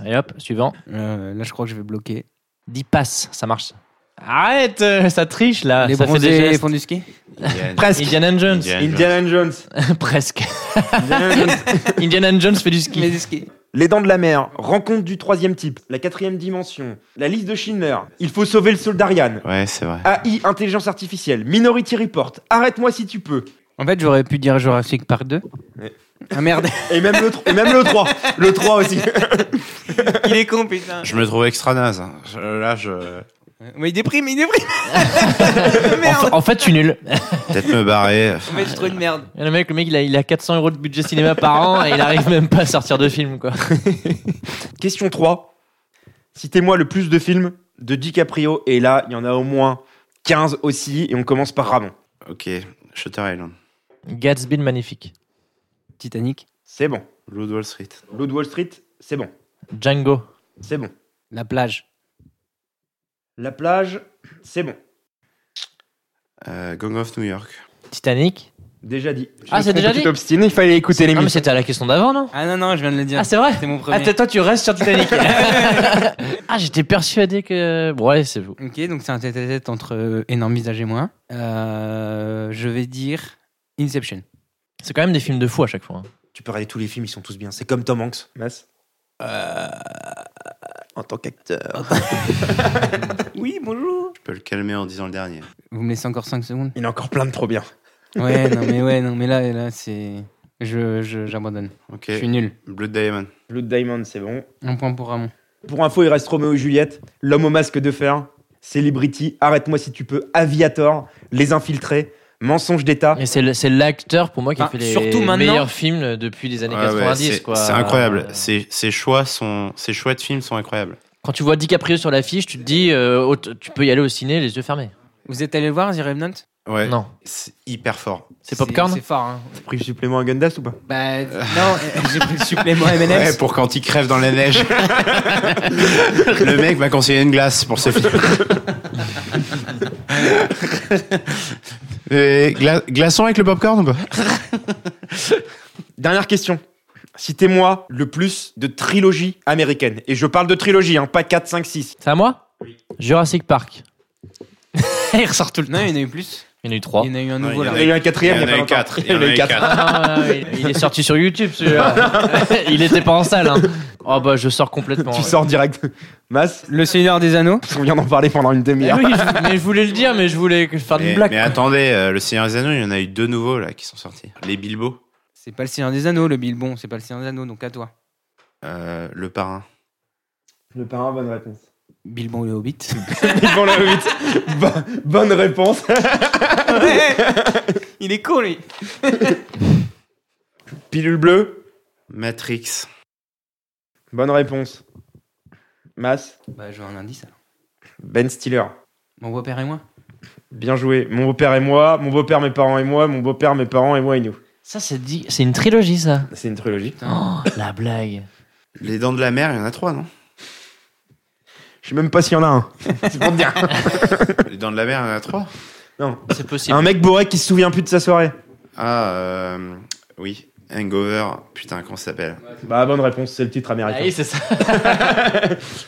Speaker 5: Et hop, suivant.
Speaker 1: Euh, là, je crois que je vais bloquer.
Speaker 5: Dis passe, ça marche. Arrête, euh, ça triche,
Speaker 3: Ah,
Speaker 5: là.
Speaker 1: les
Speaker 5: ça fait des
Speaker 1: bronzés et les
Speaker 5: gestes.
Speaker 1: fonds du ski
Speaker 4: Indiana-
Speaker 2: Presque.
Speaker 5: Indiana Jones.
Speaker 2: Indiana Jones.
Speaker 5: Presque.
Speaker 2: Indiana Jones.
Speaker 5: Indiana Jones fait du ski.
Speaker 2: Les Dents de la Mer. Rencontre du troisième type. La quatrième dimension. La liste de Schindler. Il faut sauver le soldat Ryan.
Speaker 4: Ouais, c'est vrai.
Speaker 2: AI, intelligence artificielle. Minority Report. Arrête-moi si tu peux.
Speaker 1: En fait, j'aurais pu dire Jurassic Park 2.
Speaker 2: Ouais.
Speaker 1: Ah merde.
Speaker 2: Et même le, tr- et même le 3. Le 3 aussi.
Speaker 3: Il est con, putain.
Speaker 4: Je me trouve extra naze. hein. Je- Là, je.
Speaker 3: Mais il déprime, il déprime.
Speaker 5: En, fa-
Speaker 3: merde.
Speaker 5: en fait, je suis nul.
Speaker 4: Peut-être me barrer.
Speaker 3: Mais je suis trop une merde.
Speaker 5: Le mec, le mec il, a, il a 400 euros de budget cinéma par an et il arrive même pas à sortir de film, quoi.
Speaker 2: Question 3. Citez-moi le plus de films de DiCaprio. Et là, il y en a au moins 15 aussi. Et on commence par Ramon.
Speaker 4: Ok. Shutter Island.
Speaker 5: Gatsby le magnifique.
Speaker 1: Titanic.
Speaker 2: C'est bon.
Speaker 4: Blue Wall Street.
Speaker 2: L'eau de Wall Street, c'est bon.
Speaker 5: Django.
Speaker 2: C'est bon.
Speaker 1: La plage.
Speaker 2: La plage, c'est bon.
Speaker 4: Euh, Gang of New York.
Speaker 5: Titanic.
Speaker 2: Déjà dit.
Speaker 5: Ah, c'est déjà dit
Speaker 2: Tu obstiné, il fallait écouter
Speaker 5: Ah, mais
Speaker 2: l'émission.
Speaker 5: c'était à la question d'avant, non
Speaker 3: Ah non, non, je viens de le dire.
Speaker 5: Ah, c'est vrai
Speaker 3: C'était mon premier.
Speaker 5: Ah, toi, tu restes sur Titanic. ah, j'étais persuadé que. Bon, allez, c'est vous.
Speaker 1: Ok, donc c'est un tête-à-tête entre euh, énorme visage et moi. Euh, je vais dire Inception.
Speaker 5: C'est quand même des films de fous à chaque fois. hein.
Speaker 2: Tu peux regarder tous les films, ils sont tous bien. C'est comme Tom Hanks. Mas. En tant qu'acteur.
Speaker 3: Oui, bonjour.
Speaker 4: Je peux le calmer en disant le dernier.
Speaker 1: Vous me laissez encore 5 secondes
Speaker 2: Il y en a encore plein de trop bien.
Speaker 1: Ouais, non, mais ouais, non, mais là, là c'est. Je, je- j'abandonne.
Speaker 4: Ok.
Speaker 1: Je suis nul.
Speaker 4: Blood Diamond.
Speaker 2: Blood Diamond, c'est bon.
Speaker 1: Un point pour Ramon.
Speaker 2: Pour info, il reste Roméo et Juliette, L'homme au masque de fer, Celebrity, Arrête-moi si tu peux, Aviator, Les Infiltrés, Mensonge
Speaker 4: Ah.
Speaker 2: d'État.
Speaker 5: Mais c'est le- c'est l'acteur pour moi qui a
Speaker 1: Enfin,
Speaker 5: fait les
Speaker 1: surtout maintenant-
Speaker 5: meilleurs films euh, depuis les années
Speaker 4: Ouais, ouais,
Speaker 5: 90.
Speaker 4: c'est-
Speaker 5: quoi.
Speaker 4: C'est incroyable.
Speaker 5: Euh,
Speaker 4: Ses, ses choix sont, ses choix de films sont incroyables.
Speaker 5: Quand tu vois DiCaprio sur l'affiche, tu te dis, euh, oh, t- tu peux y aller au ciné les yeux fermés.
Speaker 1: Vous êtes allé le voir, The Remnant
Speaker 4: Ouais.
Speaker 5: Non,
Speaker 4: C'est hyper fort.
Speaker 5: c'est popcorn.
Speaker 1: C'est fort, hein.
Speaker 2: T'as pris le supplément à Gundas ou pas
Speaker 1: Bah, non, euh, j'ai pris le supplément M&M's.
Speaker 4: Ouais, pour quand il crève dans la neige. le mec m'a conseillé une glace pour ce film. Et gla- glaçon avec le popcorn ou pas
Speaker 2: Dernière question. Citez-moi le plus de trilogies américaines. Et je parle de trilogie, hein, pas 4, 5, 6.
Speaker 5: C'est à moi Jurassic Park. il ressort tout le
Speaker 1: Non, il y en a eu plus.
Speaker 5: Il y en a eu trois.
Speaker 1: Il y en a eu un
Speaker 4: Non,
Speaker 1: nouveau
Speaker 4: il y en
Speaker 2: Il
Speaker 1: là.
Speaker 2: y en a eu un quatrième,
Speaker 4: Il y en a eu
Speaker 2: pas
Speaker 4: quatre,
Speaker 2: longtemps.
Speaker 4: il y en a eu quatre.
Speaker 5: Ah, il- il est sorti sur YouTube celui-là. il était pas en salle. hein. Oh bah je sors complètement.
Speaker 2: Tu
Speaker 5: ouais.
Speaker 2: sors direct. Mass,
Speaker 1: Le Seigneur des Anneaux.
Speaker 2: on vient d'en parler pendant une
Speaker 5: Mais
Speaker 2: demi-heure.
Speaker 5: oui, je- mais je voulais le dire, mais je voulais que- faire
Speaker 4: mais,
Speaker 5: Ah, une blague.
Speaker 4: mais attendez, euh, le Seigneur des Anneaux, il y en a eu deux nouveaux là qui sont sortis. Les Bilbo,
Speaker 1: C'est pas le Seigneur des Anneaux, le Bilbon. C'est pas le Seigneur des Anneaux, donc à toi.
Speaker 4: euh, le parrain.
Speaker 2: Le parrain, bonne réponse.
Speaker 1: Bilbon et le Hobbit.
Speaker 2: Bon, la huit. Bo- Bonne réponse.
Speaker 1: il est con, lui.
Speaker 2: Pilule bleue,
Speaker 4: Matrix.
Speaker 2: bonne réponse. Mass,
Speaker 1: Bah, je veux un indice. alors.
Speaker 2: Ben Stiller.
Speaker 1: Mon beau-père et moi.
Speaker 2: Bien joué. Mon beau-père et moi, mon beau-père, mes parents et moi, mon beau-père, mes parents et moi et nous.
Speaker 5: Ça c'est dit, c'est une trilogie ça.
Speaker 2: C'est une trilogie.
Speaker 5: Oh, la blague.
Speaker 4: Les Dents de la Mer, il y en a trois, non
Speaker 2: Je sais même pas s'il y en a un. C'est pour te dire.
Speaker 4: Les Dents de la Mer, il y en a trois
Speaker 5: C'est possible.
Speaker 2: Un mec bourré qui se souvient plus de sa soirée.
Speaker 4: Ah, euh, oui. Hangover, putain, comment ça s'appelle
Speaker 2: Bah, bonne réponse, c'est le titre
Speaker 5: Ah
Speaker 2: américain.
Speaker 5: oui, c'est ça.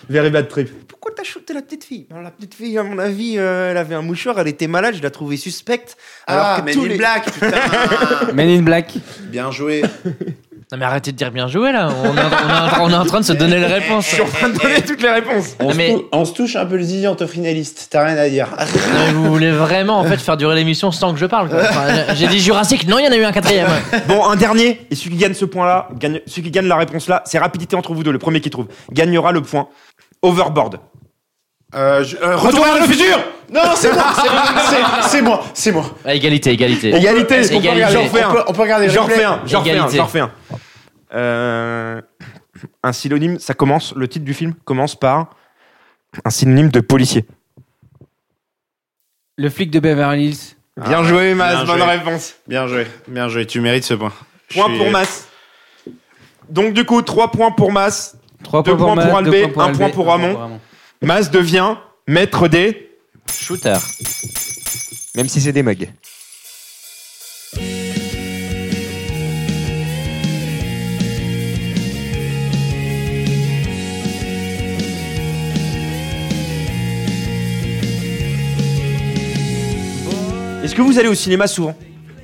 Speaker 2: Very bad trip. Pourquoi t'as shooté la petite fille La petite fille, à mon avis, euh, elle avait un mouchoir, elle était malade, je la trouvais suspecte.
Speaker 4: Ah, mais les... Black, putain
Speaker 1: Men in Black.
Speaker 4: Bien joué.
Speaker 5: Non mais arrêtez de dire bien joué là. On est, en- on est en- on est en train de se donner les réponses.
Speaker 2: train de
Speaker 4: Eh,
Speaker 2: donner toutes les réponses.
Speaker 5: Non, Ah, mais,
Speaker 4: se touche un peu le zizi en top finaliste, t'as rien à dire.
Speaker 5: non, mais vous voulez vraiment en fait faire durer l'émission sans que je parle. quoi. Enfin, J'ai dit Jurassic, non il y en a eu un quatrième.
Speaker 2: Bon, un dernier, et celui qui gagne ce point-là, gagne, celui qui gagne la réponse-là, c'est rapidité entre vous deux, le premier qui trouve, gagnera le point. Overboard.
Speaker 4: Euh, je- euh, retour vers le futur Non, c'est moi, c'est moi, c'est- c'est moi, c'est moi.
Speaker 5: Ah, égalité, égalité.
Speaker 2: Égalité,
Speaker 5: est-ce qu'on peut Égalité.
Speaker 2: j'en
Speaker 5: regarder-
Speaker 2: refais
Speaker 4: On
Speaker 2: un.
Speaker 4: peut, on peut regarder le
Speaker 2: J'en
Speaker 4: replay.
Speaker 2: refais un, j'en refais un,
Speaker 5: Égalité.
Speaker 2: j'en refais un. Euh, un synonyme, ça commence, le titre du film commence par un synonyme de policier.
Speaker 1: Le flic de Beverly Hills.
Speaker 2: Ah,
Speaker 4: Bien joué, Mas,
Speaker 2: Mass,
Speaker 4: bonne
Speaker 2: réponse.
Speaker 4: Bien joué, bien joué, tu mérites ce point. Je
Speaker 2: Point
Speaker 4: suis-
Speaker 2: pour Mass. Donc du coup, 3 points pour Mass.
Speaker 1: 3
Speaker 2: Deux points pour Albé, un point pour Ramon.
Speaker 1: Ramon.
Speaker 2: Mass devient maître des...
Speaker 5: Shooter.
Speaker 2: Même si c'est des mugs. Est-ce que vous allez au cinéma souvent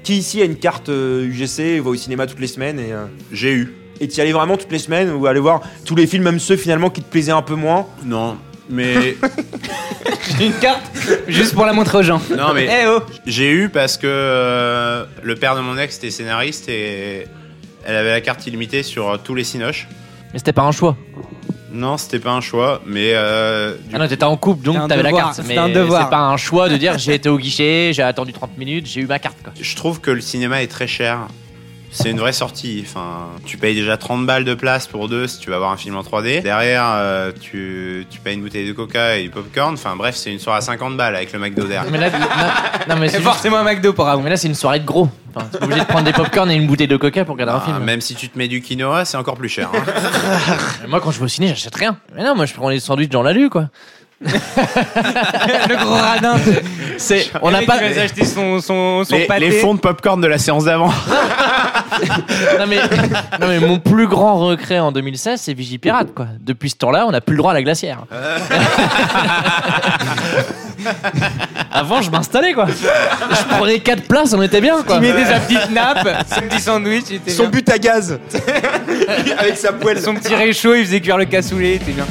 Speaker 2: Qui ici a une carte euh, UGC, va au cinéma toutes les semaines et... euh,
Speaker 4: J'ai eu.
Speaker 2: et t'y allais vraiment toutes les semaines ou aller voir tous les films, même ceux finalement qui te plaisaient un peu moins.
Speaker 4: Non, mais.
Speaker 1: J'ai une carte juste pour la montrer aux gens.
Speaker 4: non, mais.
Speaker 1: Eh oh
Speaker 4: J'ai eu parce que euh, le père de mon ex était scénariste et elle avait la carte illimitée sur euh, tous les cinoches.
Speaker 5: Mais c'était pas un choix.
Speaker 4: Non, c'était pas un choix, mais euh, du
Speaker 5: Ah non, t'étais en couple
Speaker 1: C'était
Speaker 5: donc
Speaker 1: un
Speaker 5: t'avais la
Speaker 1: devoir,
Speaker 5: carte.
Speaker 1: c'était
Speaker 5: Mais
Speaker 1: un devoir.
Speaker 5: c'est pas un choix de dire j'ai été au guichet, j'ai attendu 30 minutes, j'ai eu ma carte quoi.
Speaker 4: Je trouve que le cinéma est très cher. C'est une vraie sortie. Enfin, tu payes déjà 30 balles de place pour deux si tu vas voir un film en 3D. Derrière, euh, tu, tu payes une bouteille de coca et du popcorn. Enfin, bref, c'est une soirée à 50 balles avec le McDo derrière.
Speaker 5: Ah, Mais là, non, non, mais c'est
Speaker 1: Et
Speaker 5: juste-
Speaker 1: forcément un McDo pour
Speaker 5: Ah bon,
Speaker 1: Ramon.
Speaker 5: mais là c'est une soirée de gros. Enfin, t'es pas obligé de prendre des popcorn et une bouteille de coca pour regarder un
Speaker 4: Ah,
Speaker 5: film.
Speaker 4: même si tu te mets du quinoa, c'est encore plus cher. hein.
Speaker 5: Mais Moi quand je vais au ciné j'achète rien. Mais non moi je prends les sandwichs dans la lue quoi.
Speaker 1: Le gros radin. C'est,
Speaker 5: on n'a pas-
Speaker 1: Il va acheter son, son, son
Speaker 4: les,
Speaker 1: pâté.
Speaker 4: les fonds de popcorn de la séance d'avant.
Speaker 5: Non mais, non, mais mon plus grand regret en 2016 c'est Vigipirate quoi. Depuis ce temps-là on n'a plus le droit à la glacière. Avant je m'installais quoi. Je prenais 4 places on était bien quoi.
Speaker 1: Il met déjà petite nappe, son petit sandwich. il était
Speaker 2: Son
Speaker 1: bien.
Speaker 2: but à gaz Avec sa poêle.
Speaker 1: son petit réchaud, il faisait cuire le cassoulet. T'es bien.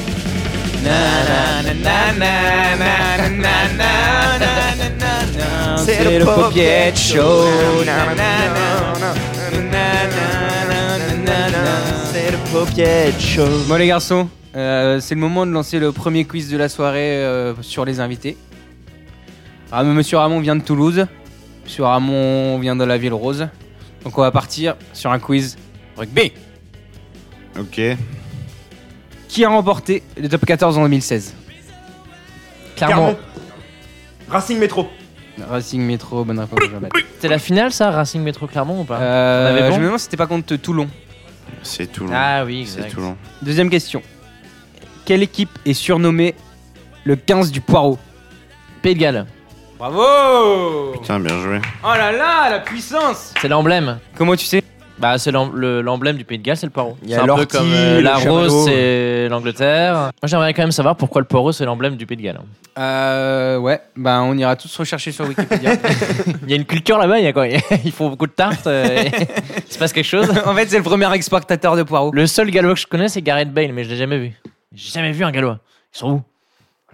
Speaker 1: Na, na, na, na, na, na, na, na, na, na, na. C'est le popiette chaud. Na, na, na, na, na, na, na, na. Bon les garçons, euh, c'est le moment de lancer le premier quiz de la soirée euh, sur les invités. Ah, mais Monsieur Ramon vient de Toulouse. Sur Amon, on vient de la ville rose. Donc on va partir sur un quiz rugby.
Speaker 4: Ok.
Speaker 1: Qui a remporté le top 14 en 2016
Speaker 5: Clairement.
Speaker 2: Racing Métro.
Speaker 1: Racing Métro, bonne réponse. Jean-Baptiste.
Speaker 5: C'était la finale, ça, Racing Métro Clermont ou pas
Speaker 1: Euh,
Speaker 5: On avait bon
Speaker 1: je me demande si c'était pas contre Toulon.
Speaker 4: C'est tout long.
Speaker 5: Ah oui,
Speaker 4: c'est
Speaker 5: exact.
Speaker 4: tout long.
Speaker 1: Deuxième question. Quelle équipe est surnommée le 15 du poireau
Speaker 5: Pays de Galles.
Speaker 1: Bravo
Speaker 4: Putain, bien joué.
Speaker 1: Oh là là, la puissance
Speaker 5: C'est l'emblème.
Speaker 1: Comment tu sais
Speaker 5: Bah, c'est l'em- le- l'emblème du Pays de Galles, c'est le poireau.
Speaker 2: Il y
Speaker 5: C'est
Speaker 2: a
Speaker 5: un peu
Speaker 2: l'ortie,
Speaker 5: comme euh,
Speaker 2: le
Speaker 5: la rose,
Speaker 2: chamallow.
Speaker 5: c'est l'Angleterre. Moi, j'aimerais quand même savoir pourquoi le poireau, c'est l'emblème du Pays de Galles.
Speaker 1: Euh, ouais, ben on ira tous rechercher sur Wikipédia.
Speaker 5: Il y a une culture là-bas, il y a quoi Ils font beaucoup de tartes, euh, il se passe quelque chose.
Speaker 1: en fait, c'est le premier exportateur de poireaux.
Speaker 5: Le seul gallois que je connais, c'est Gareth Bale, mais je l'ai jamais vu. J'ai jamais vu un gallois. Ils sont où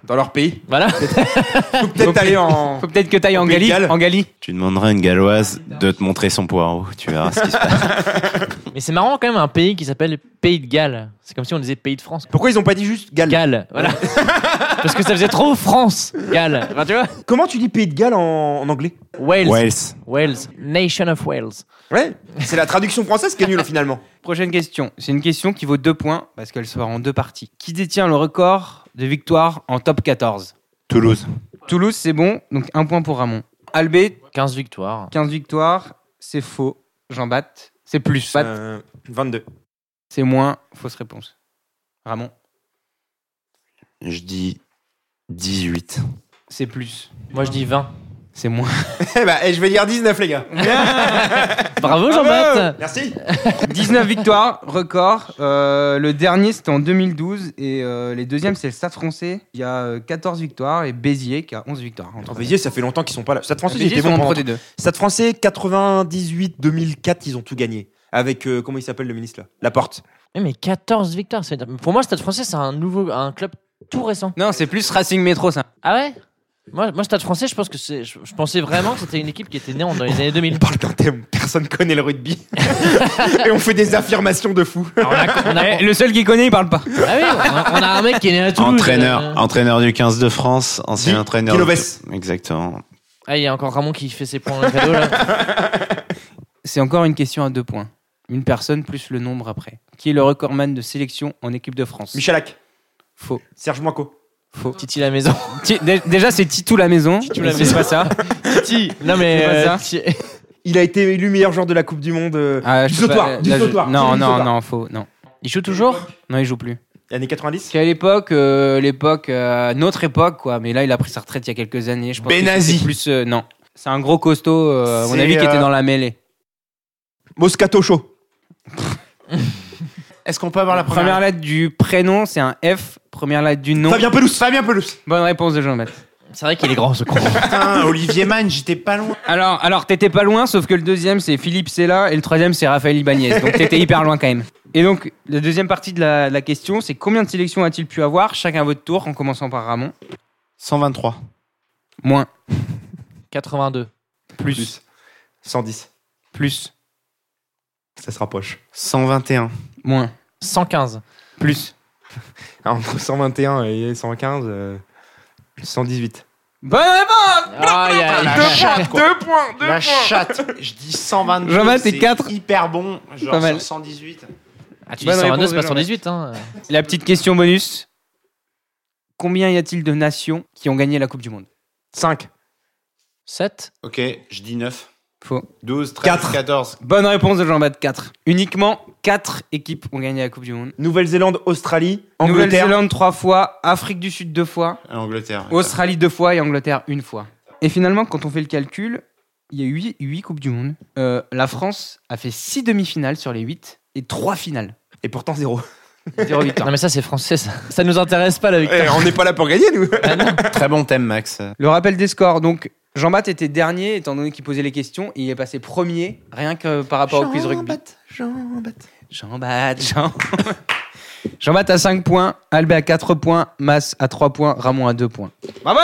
Speaker 2: Dans leur pays.
Speaker 5: Voilà.
Speaker 2: Faut peut-être aller en.
Speaker 1: Faut peut-être que t'ailles en
Speaker 2: Pays de
Speaker 1: Galie.
Speaker 2: Galles.
Speaker 1: En Galie.
Speaker 4: Tu demanderas à une galloise de te montrer son poireau. Tu verras ce qui se passe.
Speaker 5: Mais c'est marrant quand même, un pays qui s'appelle Pays de Galles. C'est comme si on disait Pays de France.
Speaker 2: Pourquoi ils ont pas dit juste Galles
Speaker 5: Galles, voilà. Parce que ça faisait trop France, Galles. Enfin, tu vois
Speaker 2: Comment tu dis pays de Galles en, en anglais
Speaker 5: Wales.
Speaker 4: Wales.
Speaker 5: Wales. Nation of Wales.
Speaker 2: Ouais. C'est la traduction française qui est nulle finalement.
Speaker 1: Prochaine question. C'est une question qui vaut deux points parce qu'elle sera en deux parties. Qui détient le record de victoires en top 14
Speaker 4: Toulouse.
Speaker 1: Toulouse, c'est bon, donc un point pour Ramon. Albé,
Speaker 5: 15 victoires.
Speaker 1: 15 victoires, c'est faux. Jean Bat, c'est plus. Bat,
Speaker 2: Euh, 22.
Speaker 1: c'est moins. Fausse réponse. Ramon,
Speaker 4: Je dis 18.
Speaker 1: c'est plus.
Speaker 5: Moi je dis 20.
Speaker 1: C'est moins.
Speaker 2: Eh bah, eh, je vais dire 19, les gars.
Speaker 5: Bravo Jean-Baptiste
Speaker 2: Merci.
Speaker 1: 19 victoires, record. Euh, le dernier, c'était en 2012. Et euh, les deuxièmes, c'est le Stade français. Il y a euh, 14 victoires. Et Béziers qui a 11 victoires. Entre
Speaker 2: Béziers, ça fait longtemps qu'ils sont pas là. Stade français,
Speaker 1: Béziers,
Speaker 2: ils étaient
Speaker 1: sont
Speaker 2: bons
Speaker 1: en
Speaker 2: pendant-
Speaker 1: Pro D2.
Speaker 2: Stade français, 98-2004, ils ont tout gagné. Avec, euh, comment il s'appelle le ministre là Laporte.
Speaker 5: Eh, Mais 14 victoires, c'est... Pour moi, le Stade français, c'est un nouveau un club tout récent.
Speaker 1: Non, c'est plus Racing Métro, ça.
Speaker 5: Ah ouais moi, moi, Stade français, je pense que c'est. Je, je pensais vraiment que c'était une équipe qui était née en- dans les années 2000.
Speaker 2: On parle d'un thème, personne connaît le rugby. Et on fait des affirmations de fou.
Speaker 5: Alors, on a- on a-
Speaker 1: Eh, Le seul qui connaît, il parle pas.
Speaker 5: Ah oui, on a, on a un mec qui est né à Toulouse.
Speaker 4: Entraîneur.
Speaker 5: Euh,
Speaker 4: Entraîneur du 15 de France. Ancien
Speaker 2: Guy-
Speaker 4: entraîneur.
Speaker 2: Guy
Speaker 4: de-
Speaker 2: Lovès.
Speaker 4: Exactement.
Speaker 5: Ah, il y a encore Ramon qui fait ses points cadeaux là.
Speaker 1: C'est encore une question à deux points. Une personne plus le nombre après. Qui est le recordman de sélection en équipe de France
Speaker 2: Michalak,
Speaker 1: Faux.
Speaker 2: Serge Moinco.
Speaker 1: Faux.
Speaker 5: Titi la maison.
Speaker 1: Ti- dé- Déjà, c'est Titou la maison.
Speaker 5: Titou la
Speaker 1: mais
Speaker 5: maison.
Speaker 1: C'est pas ça.
Speaker 5: Titi. Non mais.
Speaker 1: C'est pas
Speaker 5: euh,
Speaker 1: ça.
Speaker 5: Titi-
Speaker 2: Il a été élu meilleur joueur de la Coupe du Monde. euh,
Speaker 1: Ah,
Speaker 2: du
Speaker 1: je sais pas,
Speaker 2: sautoir, du
Speaker 1: là, je-
Speaker 2: sautoir,
Speaker 1: Non,
Speaker 2: c'est du
Speaker 1: non,
Speaker 2: sautoir.
Speaker 1: non, faux. Non,
Speaker 5: Il joue toujours
Speaker 1: non il joue plus.
Speaker 2: Années 90
Speaker 1: Quelle époque euh, L'époque, euh, notre époque, quoi. Mais là, il a pris sa retraite il y a quelques années. Je pense que
Speaker 4: Benazi.
Speaker 1: c'était Plus, euh, non. C'est un gros costaud, euh, à mon
Speaker 2: C'est,
Speaker 1: avis, qui était
Speaker 2: euh,
Speaker 1: dans la mêlée.
Speaker 2: Moscato Show.
Speaker 4: Est-ce qu'on peut avoir la
Speaker 1: Première, lettre du prénom, c'est un F. Première lettre du nom.
Speaker 2: Fabien Pelouse. Fabien Pelouse.
Speaker 1: Bonne réponse de Jean-Baptiste.
Speaker 5: C'est vrai qu'il est grand ce con.
Speaker 4: Putain, Olivier Mann, j'étais pas loin.
Speaker 1: Alors, alors t'étais pas loin, sauf que le deuxième, c'est Philippe Sella et le troisième, c'est Raphaël Ibanez. Donc, t'étais hyper loin quand même. Et donc, la deuxième partie de la, la question, c'est combien de sélections a-t-il pu avoir Chacun à votre tour, en commençant par Ramon.
Speaker 4: 123.
Speaker 1: Moins.
Speaker 5: 82.
Speaker 2: Plus. 110.
Speaker 1: Plus.
Speaker 2: Ça se rapproche.
Speaker 4: 121.
Speaker 1: Moins.
Speaker 5: 115.
Speaker 1: Plus.
Speaker 2: Ah, entre 121 et 115, euh, 118.
Speaker 1: Bonne réponse
Speaker 5: Aïe, aïe, aïe.
Speaker 2: Deux points, deux
Speaker 4: La chatte, je dis 122.
Speaker 1: Jean-Baptiste, c'est
Speaker 4: c'est
Speaker 1: quatre.
Speaker 4: hyper bon. Genre
Speaker 1: Pas mal.
Speaker 4: sur 118.
Speaker 5: Ah, tu dis
Speaker 1: Bonne
Speaker 5: 122,
Speaker 1: réponse
Speaker 5: c'est
Speaker 1: de
Speaker 5: pas 118. Hein.
Speaker 1: La petite question bonus. Combien y a-t-il de nations qui ont gagné la Coupe du Monde
Speaker 2: 5.
Speaker 5: 7.
Speaker 4: Ok, je dis 9.
Speaker 1: Faux.
Speaker 4: 12, 13,
Speaker 2: Quatre.
Speaker 4: 14.
Speaker 1: Bonne réponse de Jean-Baptiste 4. Uniquement 4 équipes ont gagné la Coupe du Monde.
Speaker 2: Nouvelle-Zélande, Australie, Angleterre.
Speaker 1: Nouvelle-Zélande 3 fois, Afrique du Sud 2 fois,
Speaker 4: Angleterre.
Speaker 1: Australie 2 fois et Angleterre 1 fois. Et finalement, quand on fait le calcul, il y a 8, Coupes du Monde. Euh, la France a fait 6 demi-finales sur les 8 et 3 finales.
Speaker 2: Et pourtant zéro.
Speaker 1: Zéro victoire.
Speaker 5: Non mais ça c'est français ça. Ah Ça nous intéresse pas la victoire.
Speaker 2: Eh, on n'est pas là pour gagner, nous.
Speaker 4: Très bon thème, Max.
Speaker 1: Le rappel des scores, donc Jean-Bat était dernier étant donné qu'il posait les questions et il est passé premier rien que par rapport au quiz rugby. Jean-Bat, Jean. Jean-Bat à 5 points, Albert à 4 points, Mas à 3 points, Ramon à 2 points.
Speaker 2: Bravo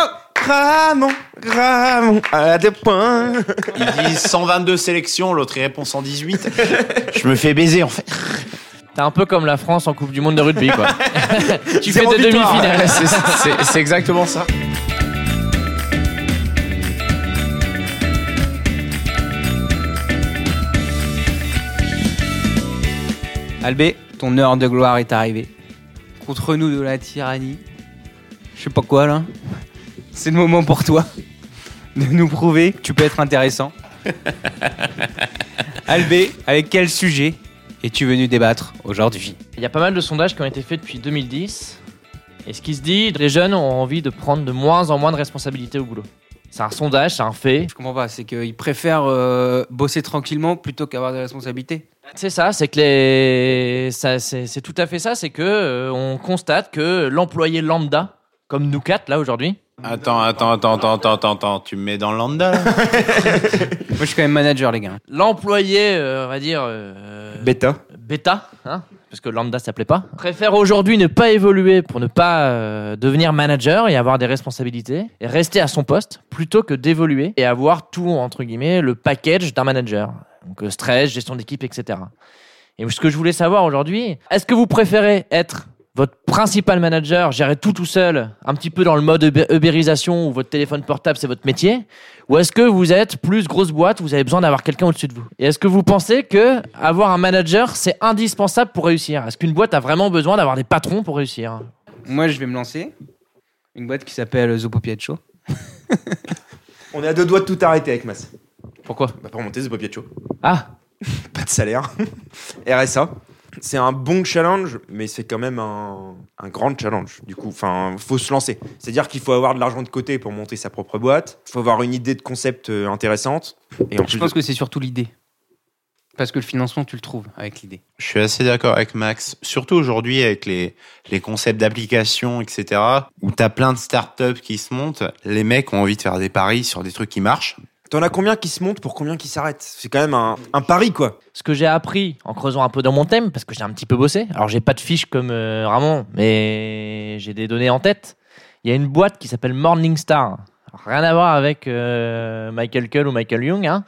Speaker 2: Ramon, Ramon, à deux points.
Speaker 4: Il dit 122 sélections, l'autre il répond 118. je me fais baiser en fait.
Speaker 5: T'es un peu comme la France en Coupe du Monde de rugby quoi. tu fais
Speaker 4: Zéro
Speaker 5: deux
Speaker 4: victoire.
Speaker 5: demi-finales.
Speaker 4: C'est- c'est- C'est exactement ça.
Speaker 1: Albé, ton heure de gloire est arrivée. Contre nous de la tyrannie. Je sais pas quoi là. C'est le moment pour toi de nous prouver que tu peux être intéressant. Albé, avec quel sujet es-tu venu débattre aujourd'hui
Speaker 5: Il y a pas mal de sondages qui ont été faits depuis 2010. Et ce qui se dit, les jeunes ont envie de prendre de moins en moins de responsabilités au boulot. C'est un sondage, c'est un fait.
Speaker 1: Je comprends pas, c'est qu'ils préfèrent euh, bosser tranquillement plutôt qu'avoir des responsabilités.
Speaker 5: C'est ça, c'est que les... ça, c'est, c'est tout à fait ça, c'est que euh, on constate que l'employé lambda, comme nous quatre là aujourd'hui,
Speaker 4: Attends, attends, attends, attends, attends, attends, attends. Tu me mets dans le lambda là
Speaker 1: Moi je suis quand même manager les gars.
Speaker 5: l'employé, euh, on va dire euh,
Speaker 2: Bêta.
Speaker 5: bêta, hein, parce que lambda ça plaît pas, préfère aujourd'hui ne pas évoluer pour ne pas euh, devenir manager et avoir des responsabilités et rester à son poste plutôt que d'évoluer et avoir tout entre guillemets le package d'un manager, donc euh, stress, gestion d'équipe, etc. Et ce que je voulais savoir aujourd'hui, est-ce que vous préférez être votre principal manager, gérer tout tout seul, un petit peu dans le mode Uber- ubérisation où votre téléphone portable c'est votre métier, ou est-ce que vous êtes plus grosse boîte, vous avez besoin d'avoir quelqu'un au-dessus de vous Et est-ce que vous pensez que avoir un manager, c'est indispensable pour réussir Est-ce qu'une boîte a vraiment besoin d'avoir des patrons pour réussir
Speaker 1: Moi je vais me lancer. Une boîte qui s'appelle Zopopiet Show.
Speaker 3: On est à deux doigts de tout arrêter avec Mass.
Speaker 5: Pourquoi
Speaker 3: Bah, pour monter, c'est pas chaud.
Speaker 5: Ah,
Speaker 3: Pas de salaire. RSA. C'est un bon challenge, mais c'est quand même un, un grand challenge. Du coup, enfin, faut se lancer. C'est-à-dire qu'il faut avoir de l'argent de côté pour monter sa propre boîte. Faut avoir une idée de concept euh, intéressante. Et en
Speaker 1: Je
Speaker 3: plus,
Speaker 1: pense que c'est surtout l'idée. Parce que le financement, tu le trouves avec l'idée.
Speaker 4: Je suis assez d'accord avec Max, surtout aujourd'hui avec les, les concepts d'application, etc., où t'as plein de startups qui se montent, les mecs ont envie de faire des paris sur des trucs qui marchent.
Speaker 3: t'en as combien qui se montent pour combien qui s'arrêtent C'est quand même un, un pari, quoi.
Speaker 5: ce que j'ai appris en creusant un peu dans mon thème, parce que j'ai un petit peu bossé. Alors, j'ai pas de fiche comme euh, Ramon, mais j'ai des données en tête. Il y a une boîte qui s'appelle Morningstar. Alors, Rien à voir avec euh, Michael Cull ou Michael Young. hein.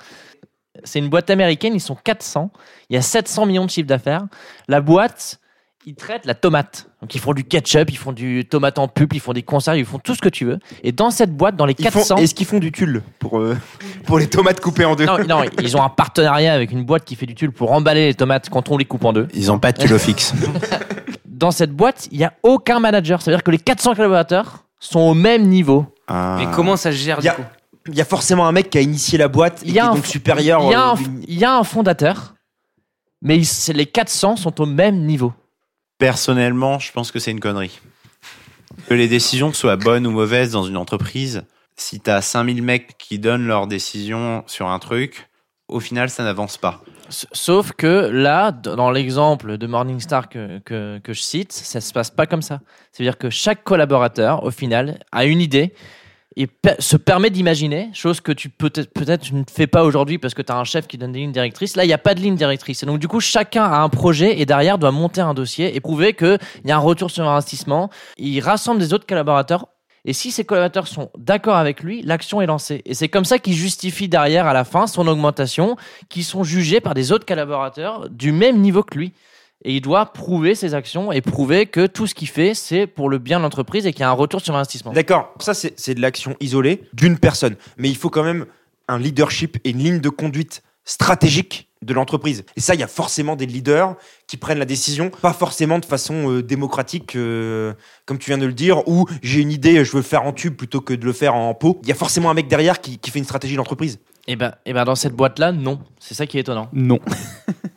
Speaker 5: C'est une boîte américaine, ils sont 400. Il y a 700 millions de chiffres d'affaires. La boîte, ils traitent la tomate. Donc, ils font du ketchup, ils font du tomate en pulpe, ils font des conserves, ils font tout ce que tu veux. Et dans cette boîte, dans les
Speaker 3: Ils font-
Speaker 5: 400.
Speaker 3: Est-ce qu'ils font du tulle pour, euh, pour les tomates coupées en deux
Speaker 5: Non, non, ils ont un partenariat avec une boîte qui fait du tulle pour emballer les tomates quand on les coupe en deux.
Speaker 4: Ils ont pas de kilo fixe.
Speaker 5: dans cette boîte, il n'y a aucun manager. C'est-à-dire que les 400 collaborateurs sont au même niveau.
Speaker 4: Ah.
Speaker 1: Mais comment ça se gère
Speaker 3: Il y
Speaker 1: du
Speaker 3: a-
Speaker 1: coup
Speaker 3: Il y a forcément un mec qui a initié la boîte et
Speaker 5: Il y
Speaker 3: qui
Speaker 5: a
Speaker 3: est
Speaker 5: un
Speaker 3: donc
Speaker 5: f-
Speaker 3: supérieur.
Speaker 5: Il y, a
Speaker 3: euh,
Speaker 5: un,
Speaker 3: d'une-
Speaker 5: il y a un fondateur, mais ils- c'est- les 400 sont au même niveau.
Speaker 4: Personnellement, je pense que c'est une connerie. Que les décisions soient bonnes ou mauvaises dans une entreprise, si t'as 5000 mecs qui donnent leurs décisions sur un truc, au final, ça n'avance pas.
Speaker 5: S- Sauf que là, d- dans l'exemple de Morningstar que, que, que je cite, ça se passe pas comme ça. C'est-à-dire que chaque collaborateur, au final, a une idée et pe- se permet d'imaginer, chose que tu peut-être peut-être tu ne fais pas aujourd'hui parce que tu as un chef qui donne des lignes directrices. Là, il n'y a pas de ligne directrice. Et donc, du coup, chacun a un projet et derrière doit monter un dossier et prouver qu'il y a un retour sur investissement. Il rassemble des autres collaborateurs. Et si ses collaborateurs sont d'accord avec lui, l'action est lancée. Et c'est comme ça qu'il justifie derrière, à la fin, son augmentation qui sont jugés par des autres collaborateurs du même niveau que lui. Et il doit prouver ses actions et prouver que tout ce qu'il fait, c'est pour le bien de l'entreprise et qu'il y a un retour sur l'investissement.
Speaker 3: D'accord, ça c'est c'est de l'action isolée d'une personne, mais il faut quand même un leadership et une ligne de conduite stratégique de l'entreprise. Et ça, il y a forcément des leaders qui prennent la décision, pas forcément de façon euh, démocratique, euh, comme tu viens de le dire, ou j'ai une idée, je veux le faire en tube plutôt que de le faire en pot. Il y a forcément un mec derrière qui, qui fait une stratégie d'entreprise.
Speaker 5: Et ben, et ben dans cette boîte-là, non. C'est ça qui est étonnant.
Speaker 1: Non.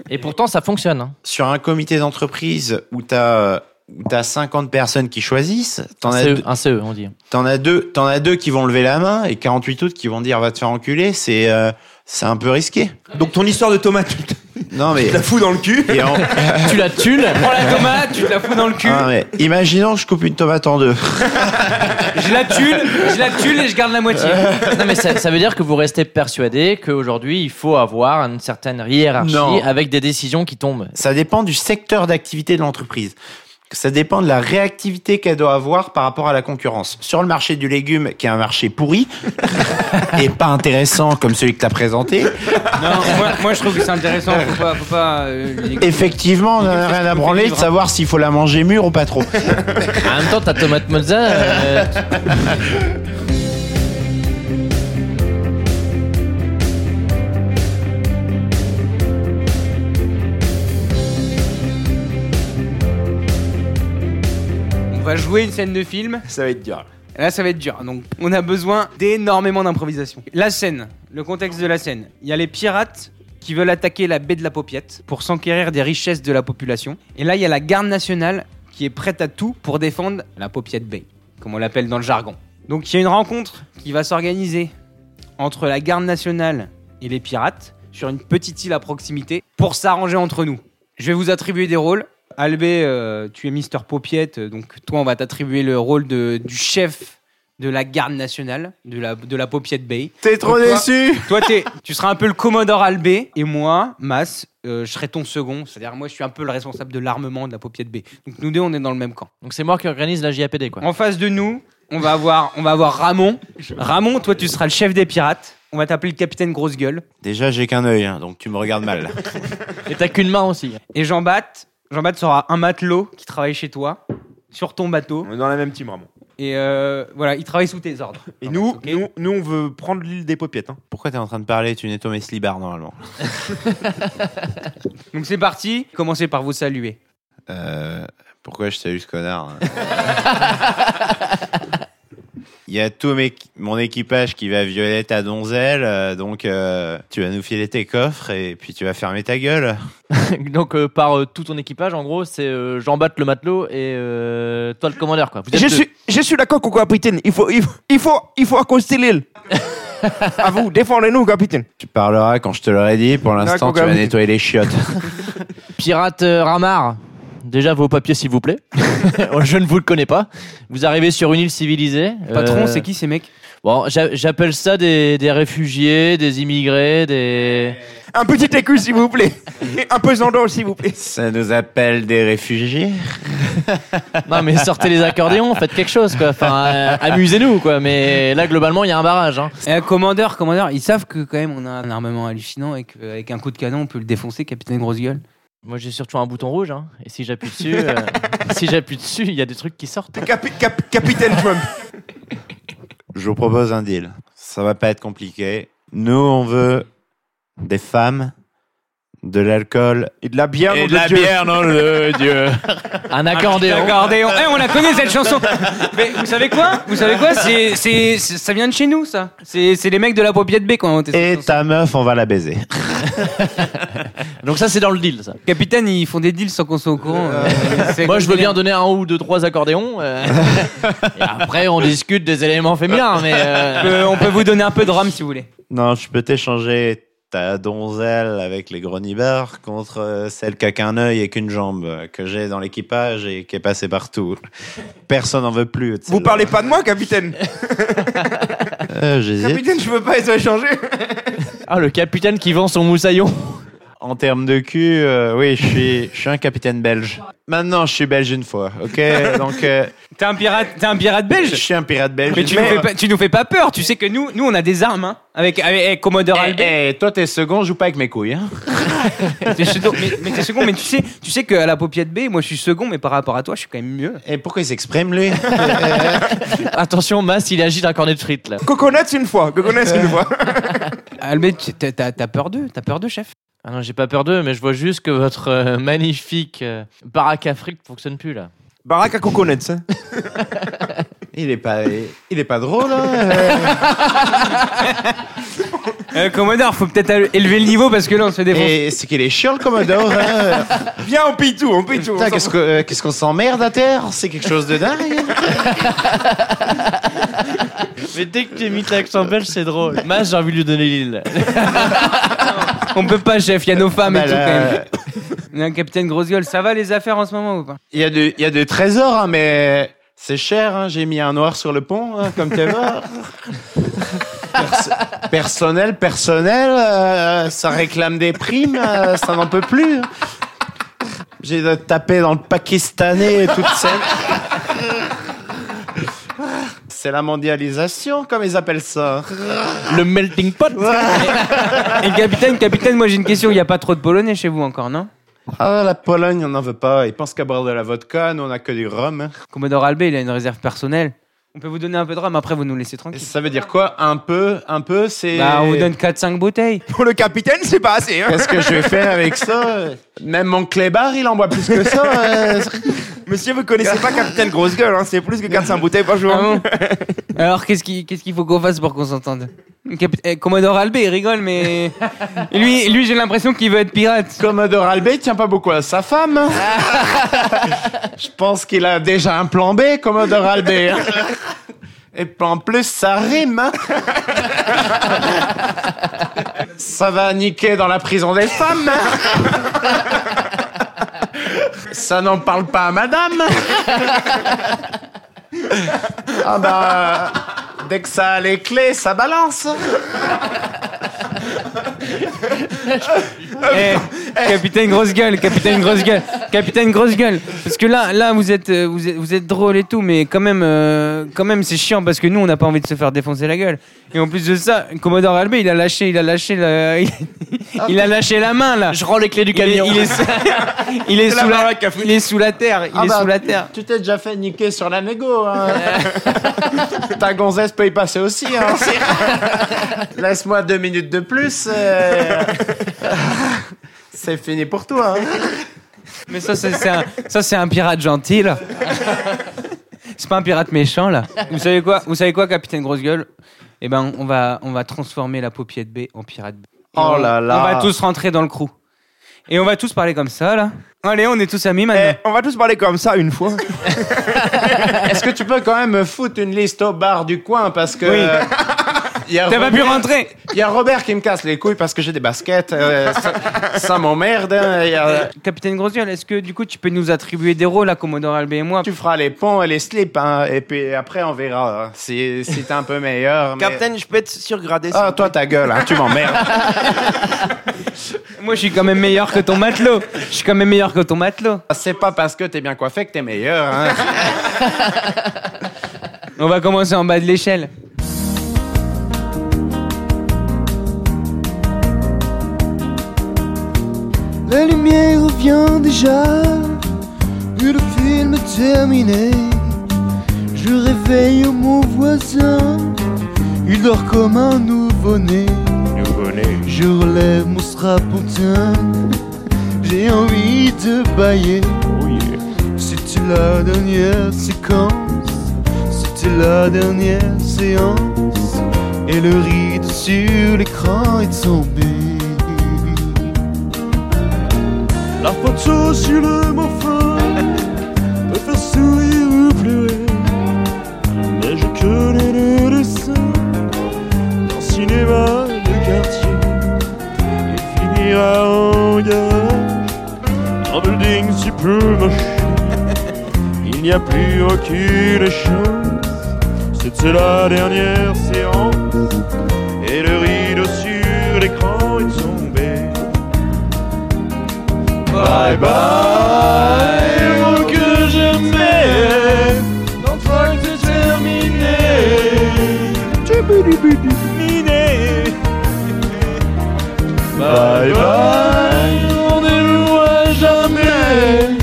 Speaker 5: Et pourtant, ça fonctionne. hein.
Speaker 4: Sur un comité d'entreprise où t'as où t'as 50 personnes qui choisissent, t'en as,
Speaker 5: CE,
Speaker 4: deux-
Speaker 5: un CE, on dit.
Speaker 4: t'en as deux, t'en as deux qui vont lever la main et 48 autres qui vont dire va te faire enculer, c'est euh, c'est un peu risqué.
Speaker 3: Donc ton histoire de tomate,
Speaker 4: Non mais,
Speaker 3: tu la fous dans le cul.
Speaker 4: et en-
Speaker 5: tu la tues,
Speaker 1: Prends la tomate, tu te la fous dans le cul.
Speaker 4: Ah, mais imaginons que je coupe une tomate en deux.
Speaker 1: Je la tue, je la tue et je garde la moitié.
Speaker 5: Non, mais ça, ça veut dire que vous restez persuadé qu'aujourd'hui, il faut avoir une certaine hiérarchie
Speaker 4: Non.
Speaker 5: avec des décisions qui tombent.
Speaker 4: Ça dépend du secteur d'activité de l'entreprise. Ça dépend de la réactivité qu'elle doit avoir par rapport à la concurrence. Sur le marché du légume, qui est un marché pourri et pas intéressant comme celui que t'as présenté,
Speaker 1: Non, moi, moi, je trouve que c'est intéressant. Faut pas, faut pas, euh, les-
Speaker 4: effectivement, on en a rien à branler de savoir s'il faut la manger mûre ou pas trop.
Speaker 5: En même temps, ta tomate mozza, euh,
Speaker 1: va jouer une scène de film.
Speaker 3: Ça va être dur.
Speaker 1: Et Là, ça va être dur. Donc, on a besoin d'énormément d'improvisation. La scène, le contexte de la scène. Il y a les pirates qui veulent attaquer la baie de la Paupiette pour s'enquérir des richesses de la population. Et là, il y a la garde nationale qui est prête à tout pour défendre la Paupiette Bay, comme on l'appelle dans le jargon. Donc, il y a une rencontre qui va s'organiser entre la garde nationale et les pirates sur une petite île à proximité pour s'arranger entre nous. Je vais vous attribuer des rôles. Albé, euh, tu es Mister Paupiette, donc toi, on va t'attribuer le rôle de, du chef de la garde nationale, de la, de la Paupiette Bay.
Speaker 4: T'es
Speaker 1: trop
Speaker 4: trop déçu
Speaker 1: Toi, t'es- tu seras un peu le commodore Albé, et moi, Mas, euh, je serai ton second. C'est-à-dire, moi, je suis un peu le responsable de l'armement de la Paupiette Bay. Donc, nous deux, on est dans le même camp.
Speaker 5: Donc c'est moi qui organise la JAPD, quoi.
Speaker 1: En face de nous, on va avoir, on va avoir Ramon. Ramon, toi, tu seras le chef des pirates. On va t'appeler le capitaine Grosse Gueule.
Speaker 4: Déjà, j'ai qu'un œil, hein, donc tu me regardes mal.
Speaker 5: Et t'as qu'une main aussi.
Speaker 1: Et jean bat jean bat sera un matelot qui travaille chez toi, sur ton bateau.
Speaker 3: On est dans la même team, vraiment.
Speaker 1: Et euh, voilà, il travaille sous tes ordres.
Speaker 3: Et
Speaker 1: Jean
Speaker 3: nous,
Speaker 1: Bat, ok
Speaker 3: nous, nous, on veut prendre l'île des paupiettes. Hein.
Speaker 4: Pourquoi t'es en train de parler Tu nettoies mes slibards normalement.
Speaker 1: Donc c'est parti, commencez par vous saluer.
Speaker 4: Euh, pourquoi je salue ce connard hein Il y a tout mes- mon équipage qui va violer ta donzelle, euh, donc euh, tu vas nous filer tes coffres et puis tu vas fermer ta gueule.
Speaker 5: Donc euh, par euh, tout ton équipage, en gros, c'est euh, jean baptiste le matelot et euh, toi le commandeur, quoi. Vous êtes
Speaker 2: Je
Speaker 5: deux.
Speaker 2: suis, je suis d'accord, Coco capitaine. Il faut, il faut, il faut, il faut accoster l'île. à vous, défendez-nous, capitaine.
Speaker 4: Tu parleras quand je te l'aurai dit, pour l'instant
Speaker 2: D'accord,
Speaker 4: tu vas
Speaker 2: comme-
Speaker 4: nettoyer les chiottes.
Speaker 5: Pirate euh, Ramar, déjà vos papiers s'il vous plaît. je ne vous le connais pas. Vous arrivez sur une île civilisée.
Speaker 1: Patron,
Speaker 5: Euh,
Speaker 1: c'est qui ces mecs
Speaker 5: Bon, j'a- j'appelle ça des, des réfugiés, des immigrés, des.
Speaker 2: Un petit écu, s'il vous plaît. Et un pesant d'or, s'il vous plaît.
Speaker 4: Ça nous appelle des réfugiés
Speaker 5: Non mais sortez les accordéons, faites quelque chose quoi. Enfin, euh, amusez-nous quoi. Mais là globalement il y a un barrage. Hein.
Speaker 1: Eh, Commandeur, commandeur, ils savent que quand même on a un armement hallucinant et qu'avec un coup de canon on peut le défoncer, capitaine Grosse Gueule.
Speaker 5: Moi j'ai surtout un bouton rouge. Hein. Et si j'appuie dessus, euh, si j'appuie dessus, il y a des trucs qui sortent.
Speaker 2: Capi- cap- capitaine Trump.
Speaker 4: Je vous propose un deal. Ça va pas être compliqué. Nous, on veut des femmes, de l'alcool
Speaker 2: Et de la bière, nom de Dieu.
Speaker 4: bière, non le Dieu.
Speaker 5: Un accordéon.
Speaker 1: Accordéon. Eh, on la connaît cette chanson. Mais vous savez quoi Vous savez quoi C'est- c'est- c'est- ça vient de chez nous, ça. C'est c'est les mecs de la paupiette B qui ont inventé cette
Speaker 4: Et
Speaker 1: chanson.
Speaker 4: ta meuf, on va la baiser.
Speaker 5: Donc ça c'est dans le deal ça.
Speaker 1: Capitaine, ils font des deals sans qu'on soit au courant. Euh, c'est-
Speaker 5: Moi je veux bien donner un ou deux trois accordéons. euh, hein. et après on discute des éléments féminins. Mais
Speaker 1: On
Speaker 5: euh,
Speaker 1: peut- on peut vous donner un peu de rhum si vous voulez.
Speaker 4: Non, je peux t'échanger ta donzelle avec les grenibeurs contre euh, celle qui a qu'un œil et qu'une jambe, euh, que j'ai dans l'équipage et qui est passée partout. Personne n'en veut plus. de
Speaker 2: Vous
Speaker 4: celle-là.
Speaker 2: parlez pas de moi, capitaine.
Speaker 4: Euh, J'hésite.
Speaker 2: Capitaine, je veux pas être échangé.
Speaker 5: ah le capitaine qui vend son moussaillon.
Speaker 4: En termes de cul, euh, oui, je suis, je suis un capitaine belge. Maintenant, je suis belge une fois, ok Donc, euh,
Speaker 1: T'es un pirate, t'es un pirate
Speaker 4: je
Speaker 1: belge.
Speaker 4: suis un pirate belge.
Speaker 1: Mais tu nous, fais pas, tu nous fais pas peur. Tu sais que nous, nous, on a des armes, hein, avec, avec, avec Commodore Albert.
Speaker 4: Eh, eh, toi, t'es second, joue pas avec mes couilles. Hein.
Speaker 1: T'es second- mais mais t'es second, mais tu sais, tu sais qu'à la paupiette B, moi je suis second, mais par rapport à toi, je suis quand même mieux.
Speaker 4: Et pourquoi il s'exprime, lui
Speaker 5: Attention Mas il agit d'un cornet de frites là.
Speaker 2: Coconuts une fois. Coconuts une fois.
Speaker 1: Albert, tu- Ah, t'as- t'as t'as peur d'eux, t'as peur d'eux, chef.
Speaker 5: Ah non, j'ai pas peur d'eux, mais je vois juste que votre euh, magnifique euh, baraque à fric fonctionne plus là.
Speaker 2: Barack à coconuts. hein.
Speaker 4: Il est pas, il est pas drôle. Hein
Speaker 1: Euh, Commodore, faut peut-être al- élever le niveau parce que là, on se fait défoncer.
Speaker 4: Et c'est qu'il est chiant le Commodore. Hein
Speaker 2: Viens, on paye tout, on paye tout. on
Speaker 4: Putain,
Speaker 2: s'en
Speaker 4: qu'est-ce que- euh, qu'est-ce qu'on s'emmerde à terre C'est quelque chose de dingue.
Speaker 5: Mais dès que tu mis l'accent belge, c'est drôle. Mas, j'ai envie de lui donner l'île.
Speaker 1: On peut pas, chef. Il y a nos femmes
Speaker 4: Bah
Speaker 1: et Ah, tout.
Speaker 4: là,
Speaker 1: Quand même. On a un capitaine grosse gueule. Ça va les affaires en ce moment ou pas
Speaker 4: Il y a de, il y a de trésors, hein, mais c'est cher. hein. J'ai mis un noir sur le pont, hein, comme t'es mort. Perso- personnel, personnel, euh, ça réclame des primes, euh, ça n'en peut plus. J'ai de taper dans le pakistanais et toute cette. C'est la mondialisation, comme ils appellent ça.
Speaker 5: Le melting pot
Speaker 1: Et capitaine, capitaine, moi j'ai une question. Il y a pas trop de polonais chez vous encore, non
Speaker 4: Ah, la Pologne, on n'en veut pas. Ils pensent qu'à boire de la vodka, nous, on a que du rhum. hein.
Speaker 1: Commodore Albé, il a une réserve personnelle. On peut vous donner un peu de rhum. Après, vous nous laissez
Speaker 4: Et
Speaker 1: tranquille.
Speaker 4: ça veut dire quoi Un peu Un peu, c'est.
Speaker 1: Bah, on vous donne 4-5 bouteilles.
Speaker 2: Pour le capitaine, c'est pas assez. hein.
Speaker 4: Qu'est-ce que je vais faire avec ça Même mon clébard, il en boit plus que ça. euh.
Speaker 2: Monsieur, vous connaissez pas Capitaine Grosse Gueule, hein, c'est plus que 400 bouteilles par jour.
Speaker 1: Ah bon Alors, qu'est-ce qu'il qu'est-ce qu'il faut qu'on fasse pour qu'on s'entende Cap- eh, Commodore Albé, il rigole, mais. Lui, lui j'ai l'impression qu'il veut être pirate.
Speaker 4: Commodore Albé tient pas beaucoup à sa femme. Je pense qu'il a déjà un plan B, Commodore Albé. hein. Et puis en plus, ça rime. Ça va niquer dans la prison des femmes. Ça n'en parle pas à madame. Ah bah, dès que ça a les clés, ça balance.
Speaker 8: Ah
Speaker 1: Eh, capitaine grosse gueule, capitaine grosse gueule, capitaine grosse gueule. Parce que là, là vous, êtes, euh, vous, êtes, vous êtes drôle et tout, mais quand même, euh, quand même c'est chiant parce que nous, on n'a pas envie de se faire défoncer la gueule. Et en plus de ça, Commodore Albé, il a lâché, il a lâché, la, il, il a lâché la main là.
Speaker 8: Ah Je rends les clés du
Speaker 1: Il est,
Speaker 8: camion.
Speaker 1: il est- il est sous la, il est sous la terre, il
Speaker 4: Ah
Speaker 1: est
Speaker 4: bah,
Speaker 1: sous la terre.
Speaker 4: Tu t'es déjà fait niquer sur la négo. hein. Ta gonzesse peut y passer aussi. hein. Laisse-moi deux minutes de plus. euh, C'est fini pour toi. hein.
Speaker 1: Mais ça, c'est c'est un, ça, c'est un pirate gentil, là. C'est pas un pirate méchant, là. Vous savez quoi, Vous savez quoi capitaine Grosse Gueule Eh ben, on va, on va transformer la paupiette B en pirate B. Et
Speaker 4: Oh
Speaker 1: on-
Speaker 4: là là.
Speaker 1: On va tous rentrer dans le crew. Et on va tous parler comme ça, là. Allez, on est tous amis
Speaker 2: Eh,
Speaker 1: maintenant.
Speaker 2: on va tous parler comme ça une fois.
Speaker 4: Est-ce que tu peux quand même me foutre une liste au bar du coin parce que.
Speaker 1: Oui.
Speaker 4: euh, il y a
Speaker 1: T'as pas
Speaker 4: Robert-
Speaker 1: pu rentrer
Speaker 4: Il y a Robert qui me casse les couilles parce que j'ai des baskets. euh, ça ça m'emmerde. hein, il y a-
Speaker 1: Capitaine Grosse Gueule, est-ce que du coup tu peux nous attribuer des rôles à Commodore Albé et moi
Speaker 4: Tu feras les ponts et les slips. hein, et puis après, on verra hein, si, si t'es un peu meilleur. mais-
Speaker 9: Captain, je peux être surgradé.
Speaker 4: Ah, toi, ta gueule, hein, tu m'emmerdes.
Speaker 1: Moi je suis quand même meilleur que ton matelot. Je suis quand même meilleur que ton matelot.
Speaker 4: Ah, C'est pas parce que t'es bien coiffé que t'es meilleur. Hein.
Speaker 1: On va commencer en bas de l'échelle.
Speaker 5: La lumière vient déjà, et le film est terminé. Je réveille mon voisin, il dort comme un nouveau-né. Je relève mon strapontin, j'ai envie de bailler. C'était la dernière séquence, c'était la dernière séance, et le rideau sur l'écran est tombé. La photo sur le morphone peut faire sourire ou pleurer. Mais je connais le dessin d'un cinéma de quartier. Il finira en garage, un building supermarché. Il n'y a plus aucune chance, c'était la dernière séance. Et le rideau sur l'écran est tombé. Bye bye, mot que j'aimais, l'entraque de terminé, miné. Bye bye, on est loin à jamais,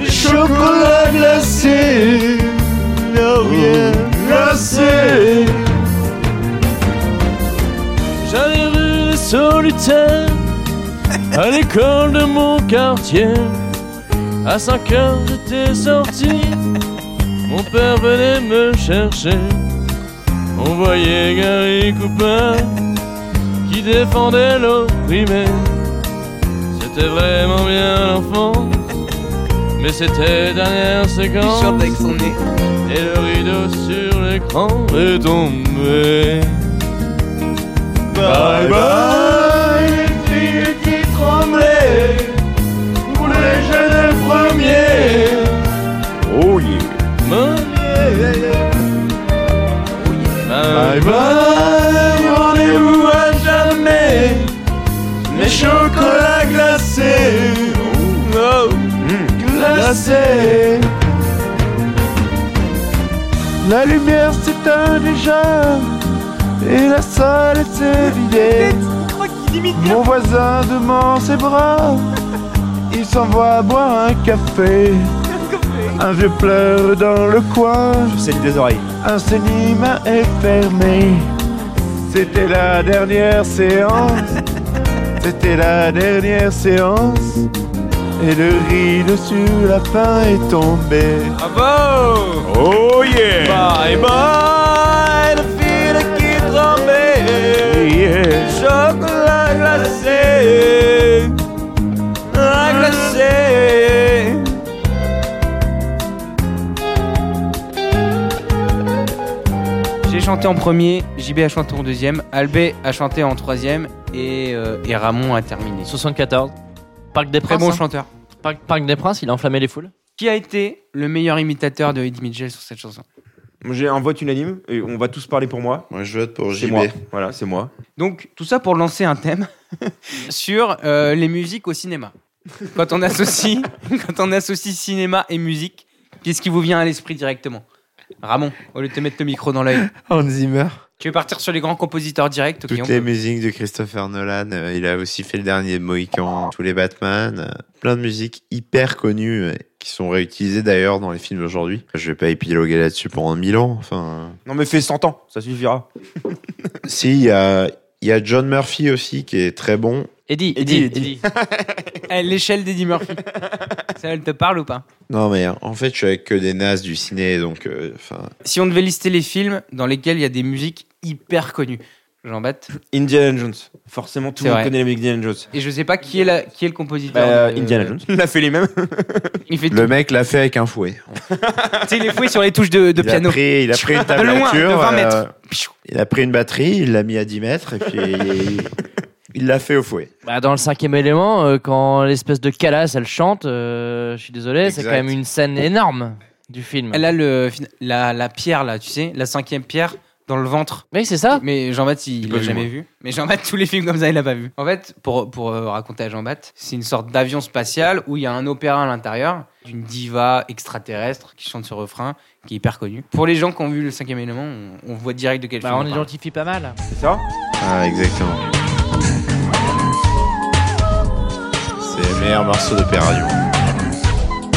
Speaker 5: les chocolats glacés, Oh laurier glacé. J'avais vu les solitaires à l'école de mon quartier. À 5 heures, j'étais sorti. Mon père venait me chercher. On voyait Gary Cooper qui défendait l'opprimé. C'était vraiment bien l'enfant. Mais c'était dernière séquence.
Speaker 1: avec son nez.
Speaker 5: Et le rideau sur l'écran est tombé. Bye bye, les filles qui tremblaient pour les jeunes premiers. Oh yeah. Bye bye, rendez-vous à jamais. Les chocolats glacés, oh, glacés. La lumière s'éteint déjà et la salle est vidée. Mon voisin demande ses bras, il s'envoie boire un café. Un vieux pleure dans le coin,
Speaker 9: C'est des oreilles.
Speaker 5: un cinéma est fermé. C'était la dernière séance, c'était la dernière séance.
Speaker 9: et le rideau sur la fin est tombé.
Speaker 2: Bravo
Speaker 9: Oh yeah!
Speaker 2: Bye bye, le fil qui tremblait,
Speaker 9: yeah.
Speaker 2: chocolat glacé, la glacé.
Speaker 1: J'ai chanté en premier, JB a chanté en deuxième, Albé a chanté en troisième et, euh, et Ramon a terminé.
Speaker 5: 74. Parc des
Speaker 1: Très
Speaker 5: Princes.
Speaker 1: bon
Speaker 5: hein.
Speaker 1: chanteur.
Speaker 5: Parc, Parc des Princes, il a enflammé les foules.
Speaker 1: Qui a été le meilleur imitateur de Eddie Mitchell sur cette chanson
Speaker 2: Ah.
Speaker 3: J'ai un vote unanime et on va tous parler pour moi.
Speaker 4: Moi, je vote pour
Speaker 3: C'est
Speaker 4: JB.
Speaker 3: moi. Voilà, c'est moi.
Speaker 1: Donc, tout ça pour lancer un thème sur euh, les musiques au cinéma. Quand on associe, quand on associe cinéma et musique, qu'est-ce qui vous vient à l'esprit directement Ramon, au lieu de te mettre le micro dans l'œil,
Speaker 4: Hans Zimmer.
Speaker 1: tu veux partir sur les grands compositeurs directs ok,
Speaker 4: Toutes
Speaker 1: on
Speaker 4: les
Speaker 1: peut-
Speaker 4: musiques de Christopher Nolan. euh, il a aussi fait le dernier de Mohican, tous les Batman. euh, plein de musiques hyper connues euh, qui sont réutilisées d'ailleurs dans les films aujourd'hui. Je vais pas épiloguer là-dessus pendant mille ans. Enfin,
Speaker 3: Non mais fais 100 ans, ça suffira.
Speaker 4: euh. si, il y a, il y a John Murphy aussi qui est très bon.
Speaker 5: Eddie,
Speaker 3: Eddie,
Speaker 5: Eddie,
Speaker 3: Eddie.
Speaker 5: Eddie.
Speaker 1: Eh, L'échelle d'Eddie Murphy. ça, elle te parle ou pas
Speaker 4: Non, mais euh, en fait, je suis avec que des nazes du ciné, donc euh, enfin.
Speaker 1: Si on devait lister les films dans lesquels il y a des musiques hyper connues, Jean-Baptiste.
Speaker 3: Indiana Jones. Forcément, tout
Speaker 1: C'est
Speaker 3: le monde
Speaker 1: vrai. Euh,
Speaker 3: connaît la musique d'Indiana Jones.
Speaker 1: Et je sais pas qui est, la, qui est le compositeur.
Speaker 3: Bah,
Speaker 1: de-
Speaker 3: Indiana Jones. Il a fait les mêmes.
Speaker 1: Il fait
Speaker 4: euh, le mec l'a fait avec un fouet.
Speaker 1: tu sais, les fouets sur les touches de, de
Speaker 4: il
Speaker 1: piano.
Speaker 4: A pris, il a pris une
Speaker 1: De loin,
Speaker 4: tablature.
Speaker 1: de 20 mètres.
Speaker 4: euh, il a pris une batterie, il l'a mis à 10 mètres et puis il- il l'a fait au fouet.
Speaker 5: Bah, dans le cinquième élément, euh, quand l'espèce de Calas, elle chante, euh, je suis désolé, c'est
Speaker 4: Exact.
Speaker 5: quand même une scène énorme du film.
Speaker 1: Elle a le, fin- la, la pierre, là, tu sais, la cinquième pierre dans le ventre.
Speaker 5: Oui, c'est ça.
Speaker 1: Mais Jean-Baptiste, il
Speaker 3: pas
Speaker 1: l'a
Speaker 3: vu,
Speaker 1: jamais vu. Mais Jean-Baptiste, tous les films comme ça, il l'a pas vu. En fait, pour, pour euh, raconter à Jean-Baptiste, c'est une sorte d'avion spatial où il y a un opéra à l'intérieur d'une diva extraterrestre qui chante ce refrain qui est hyper connu. Pour les gens qui ont vu le cinquième élément, on, on voit direct de quel
Speaker 5: Bah,
Speaker 1: film
Speaker 5: on
Speaker 1: parle.
Speaker 5: identifie pas mal.
Speaker 3: C'est ça
Speaker 4: Ah, exactement. C'est le meilleur morceau d'opéra du monde.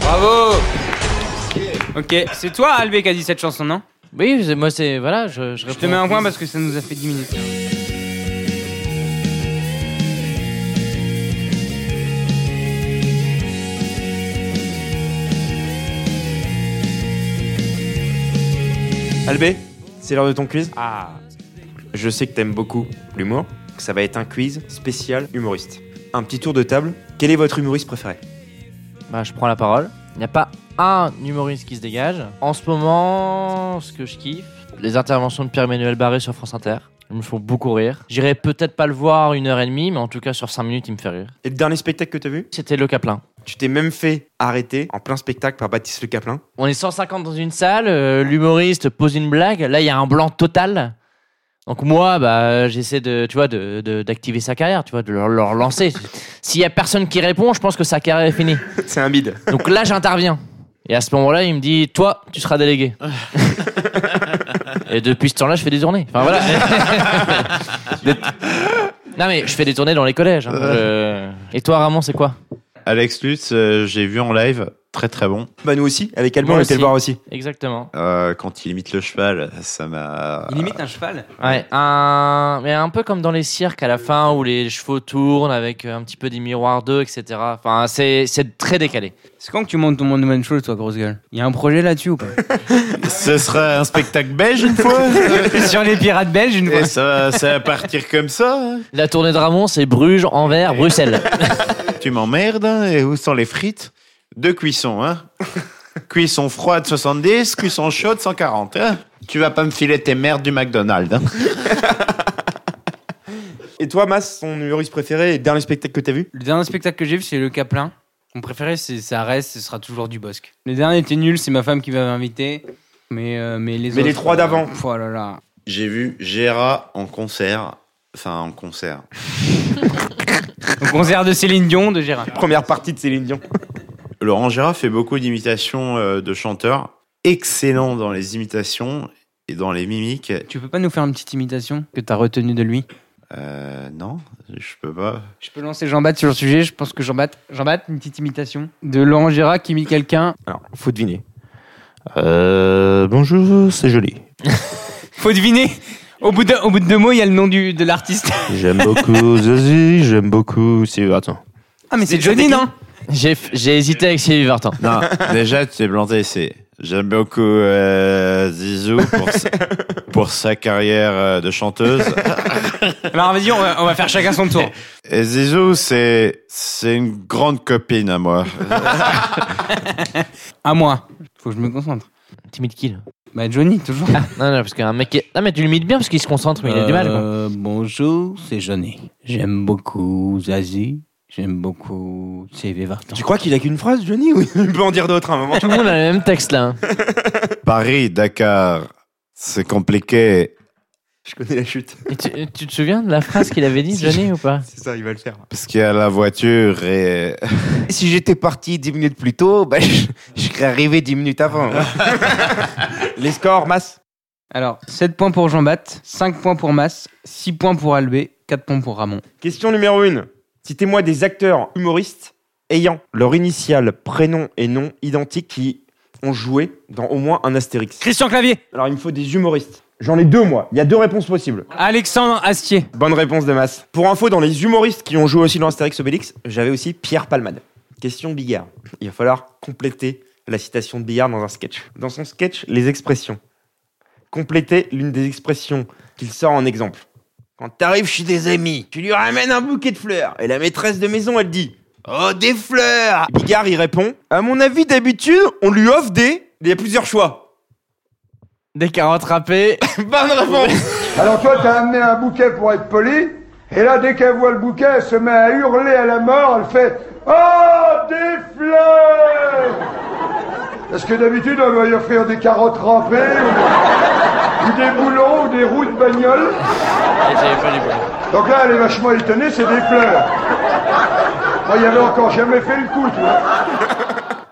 Speaker 1: Bravo Ok, c'est toi, Albé, qui a dit cette chanson, non
Speaker 5: Oui, c'est- moi, c'est. Voilà, je, je
Speaker 1: Je te
Speaker 5: réponds.
Speaker 1: mets un point parce que ça nous a fait 10 minutes.
Speaker 3: Albé, c'est l'heure de ton quiz.
Speaker 1: Ah
Speaker 3: Je sais que t'aimes beaucoup l'humour. donc Ça va être un quiz spécial humoriste. Un petit tour de table. Quel est votre humoriste préféré
Speaker 5: Bah, je prends la parole. Il n'y a pas un humoriste qui se dégage. En ce moment, ce que je kiffe, les interventions de Pierre-Emmanuel Barré sur France Inter. Ils me font beaucoup rire. J'irai peut-être pas le voir une heure et demie, mais en tout cas, sur cinq minutes, il me fait rire.
Speaker 3: Et le dernier spectacle que t'as vu
Speaker 5: C'était Le Caplin.
Speaker 3: Tu t'es même fait arrêter en plein spectacle par Baptiste Le Caplin.
Speaker 5: On est 150 dans une salle, euh, l'humoriste pose une blague, là il y a un blanc total. Donc moi, bah, j'essaie de, tu vois, de- de- d'activer sa carrière, tu vois, de leur, leur lancer. S'il y a personne qui répond, je pense que sa carrière est finie.
Speaker 3: C'est un bide.
Speaker 5: Donc là, j'interviens. Et à ce moment-là, il me dit, toi, tu seras délégué. Et depuis ce temps-là, je fais des tournées. Enfin voilà. De- Non mais je fais des tournées dans les collèges. hein. Je- Et toi, Ramon, c'est quoi
Speaker 4: Alex Lutz, euh, j'ai vu en live, très très bon.
Speaker 3: Bah nous aussi, avec Albé,
Speaker 5: Moi
Speaker 3: on était
Speaker 5: aussi.
Speaker 3: le voir aussi.
Speaker 5: Exactement.
Speaker 4: Euh, quand il imite le cheval, ça m'a.
Speaker 1: Il imite un cheval
Speaker 5: Ouais, un... mais un peu comme dans les cirques à la fin où les chevaux tournent avec euh, un petit peu des miroirs d'eux, etc. Enfin, c'est c'est très décalé.
Speaker 1: C'est quand que tu montes ton monde de bonne chose, toi, grosse gueule Il y a un projet là-dessus ou pas
Speaker 4: Ce sera un spectacle belge une fois euh,
Speaker 1: Sur les pirates belges, une
Speaker 4: Et ça, ça va partir comme ça. hein.
Speaker 5: La tournée de Ramon, c'est Bruges, Anvers, Bruxelles.
Speaker 4: Tu m'emmerdes, hein, et où sont les frites Deux cuissons, hein Cuisson froide 70, cuisson chaude 140. Hein tu vas pas me filer tes merdes du McDonald's. hein.
Speaker 3: Et toi, Mas, ton humoriste préféré et dernier spectacle que t'as vu
Speaker 1: Le dernier spectacle que j'ai vu, c'est Le Caplin. Mon préféré, c'est Ça reste, ce sera toujours du bosque. Le dernier était nul, c'est ma femme qui m'avait invité. mais, euh, mais les
Speaker 2: Mais les
Speaker 1: autres,
Speaker 2: trois
Speaker 1: euh,
Speaker 2: d'avant.
Speaker 1: pff, Oh là là.
Speaker 4: J'ai vu Gérard en concert. Enfin, en concert.
Speaker 1: Au concert de Céline Dion de Gérard.
Speaker 2: Première partie de Céline Dion.
Speaker 4: Laurent Gérard fait beaucoup d'imitations euh, de chanteurs. Excellent dans les imitations et dans les mimiques.
Speaker 1: Tu peux pas nous faire une petite imitation que t'as retenue de lui
Speaker 4: Euh, non, je peux pas.
Speaker 1: Je peux lancer Jean-Baptiste sur le sujet. Je pense que Jean-Baptiste, Jean-Baptiste, une petite imitation de Laurent Gérard qui imite quelqu'un.
Speaker 10: Alors, faut deviner.
Speaker 4: bonjour, c'est joli.
Speaker 1: Faut deviner. Au bout de, au bout de deux mots, il y a le nom du, de l'artiste.
Speaker 4: J'aime beaucoup Zazie, j'aime beaucoup Sylvain. Attends.
Speaker 1: Ah, mais c'est Johnny, non
Speaker 5: J'ai j'ai hésité avec Sylvie Vartan.
Speaker 4: Non, déjà, tu t'es planté, c'est j'aime beaucoup euh, Zizou pour sa, pour sa carrière euh, de chanteuse.
Speaker 1: Alors, vas-y, on va, on va faire chacun son tour.
Speaker 4: Et Zizou, c'est c'est une grande copine à moi.
Speaker 1: À moi. Faut que je me concentre.
Speaker 5: Timide qui là
Speaker 1: Bah, Johnny, toujours.
Speaker 5: Ah, Non, non, parce qu'un mec qui. Non, mais tu l'imites bien parce qu'il se concentre, mais il a du mal. quoi.
Speaker 1: Euh, bonjour, c'est Johnny. J'aime beaucoup Zazie. J'aime beaucoup CV Vartan.
Speaker 2: Tu crois qu'il a qu'une phrase, Johnny Ou il peut en dire d'autres à un moment
Speaker 5: Tout le monde a le même texte là. hein.
Speaker 4: Paris, Dakar, c'est compliqué.
Speaker 2: Je connais la chute.
Speaker 5: Et tu, tu te souviens de la phrase qu'il avait dit,
Speaker 2: Si,
Speaker 5: Johnny, ou pas
Speaker 2: C'est ça, il va le faire.
Speaker 4: Parce qu'il y a la voiture et...
Speaker 2: Si j'étais parti 10 minutes plus tôt, bah, je, je serais arrivé 10 minutes avant. Les scores, masse.
Speaker 1: Alors, 7 points pour Jean-Bat, 5 points pour Mas, 6 points pour Albé, 4 points pour Ramon.
Speaker 2: Question numéro 1. Citez-moi des acteurs humoristes ayant leur initiale, prénom et nom identiques qui ont joué dans au moins un Astérix.
Speaker 1: Christian Clavier,
Speaker 2: Alors il me faut des humoristes. J'en ai deux moi. Il y a deux réponses possibles.
Speaker 1: Alexandre Astier,
Speaker 2: Bonne réponse de masse. Pour info, dans les humoristes qui ont joué aussi dans Astérix Obélix, j'avais aussi Pierre Palmade. Question Bigard. Il va falloir compléter la citation de Bigard dans un sketch. Dans son sketch, les expressions. Complétez l'une des expressions qu'il sort en exemple. Quand t'arrives chez des amis, tu lui ramènes un bouquet de fleurs. Et la maîtresse de maison, elle dit Oh, des fleurs Bigard, il répond À mon avis, d'habitude, on lui offre des. Il y a plusieurs choix.
Speaker 5: Des carottes râpées.
Speaker 2: Bonne réponse
Speaker 6: Alors toi, t'as amené un bouquet pour être poli, et là, dès qu'elle voit le bouquet, elle se met à hurler à la mort, elle fait « Oh, des fleurs !» Parce que d'habitude, on va lui offrir des carottes râpées, ou, ou des boulons, ou des roues de bagnole. Donc là, elle est vachement étonnée, c'est des fleurs. Moi, il y avait encore jamais fait le coup, tu vois.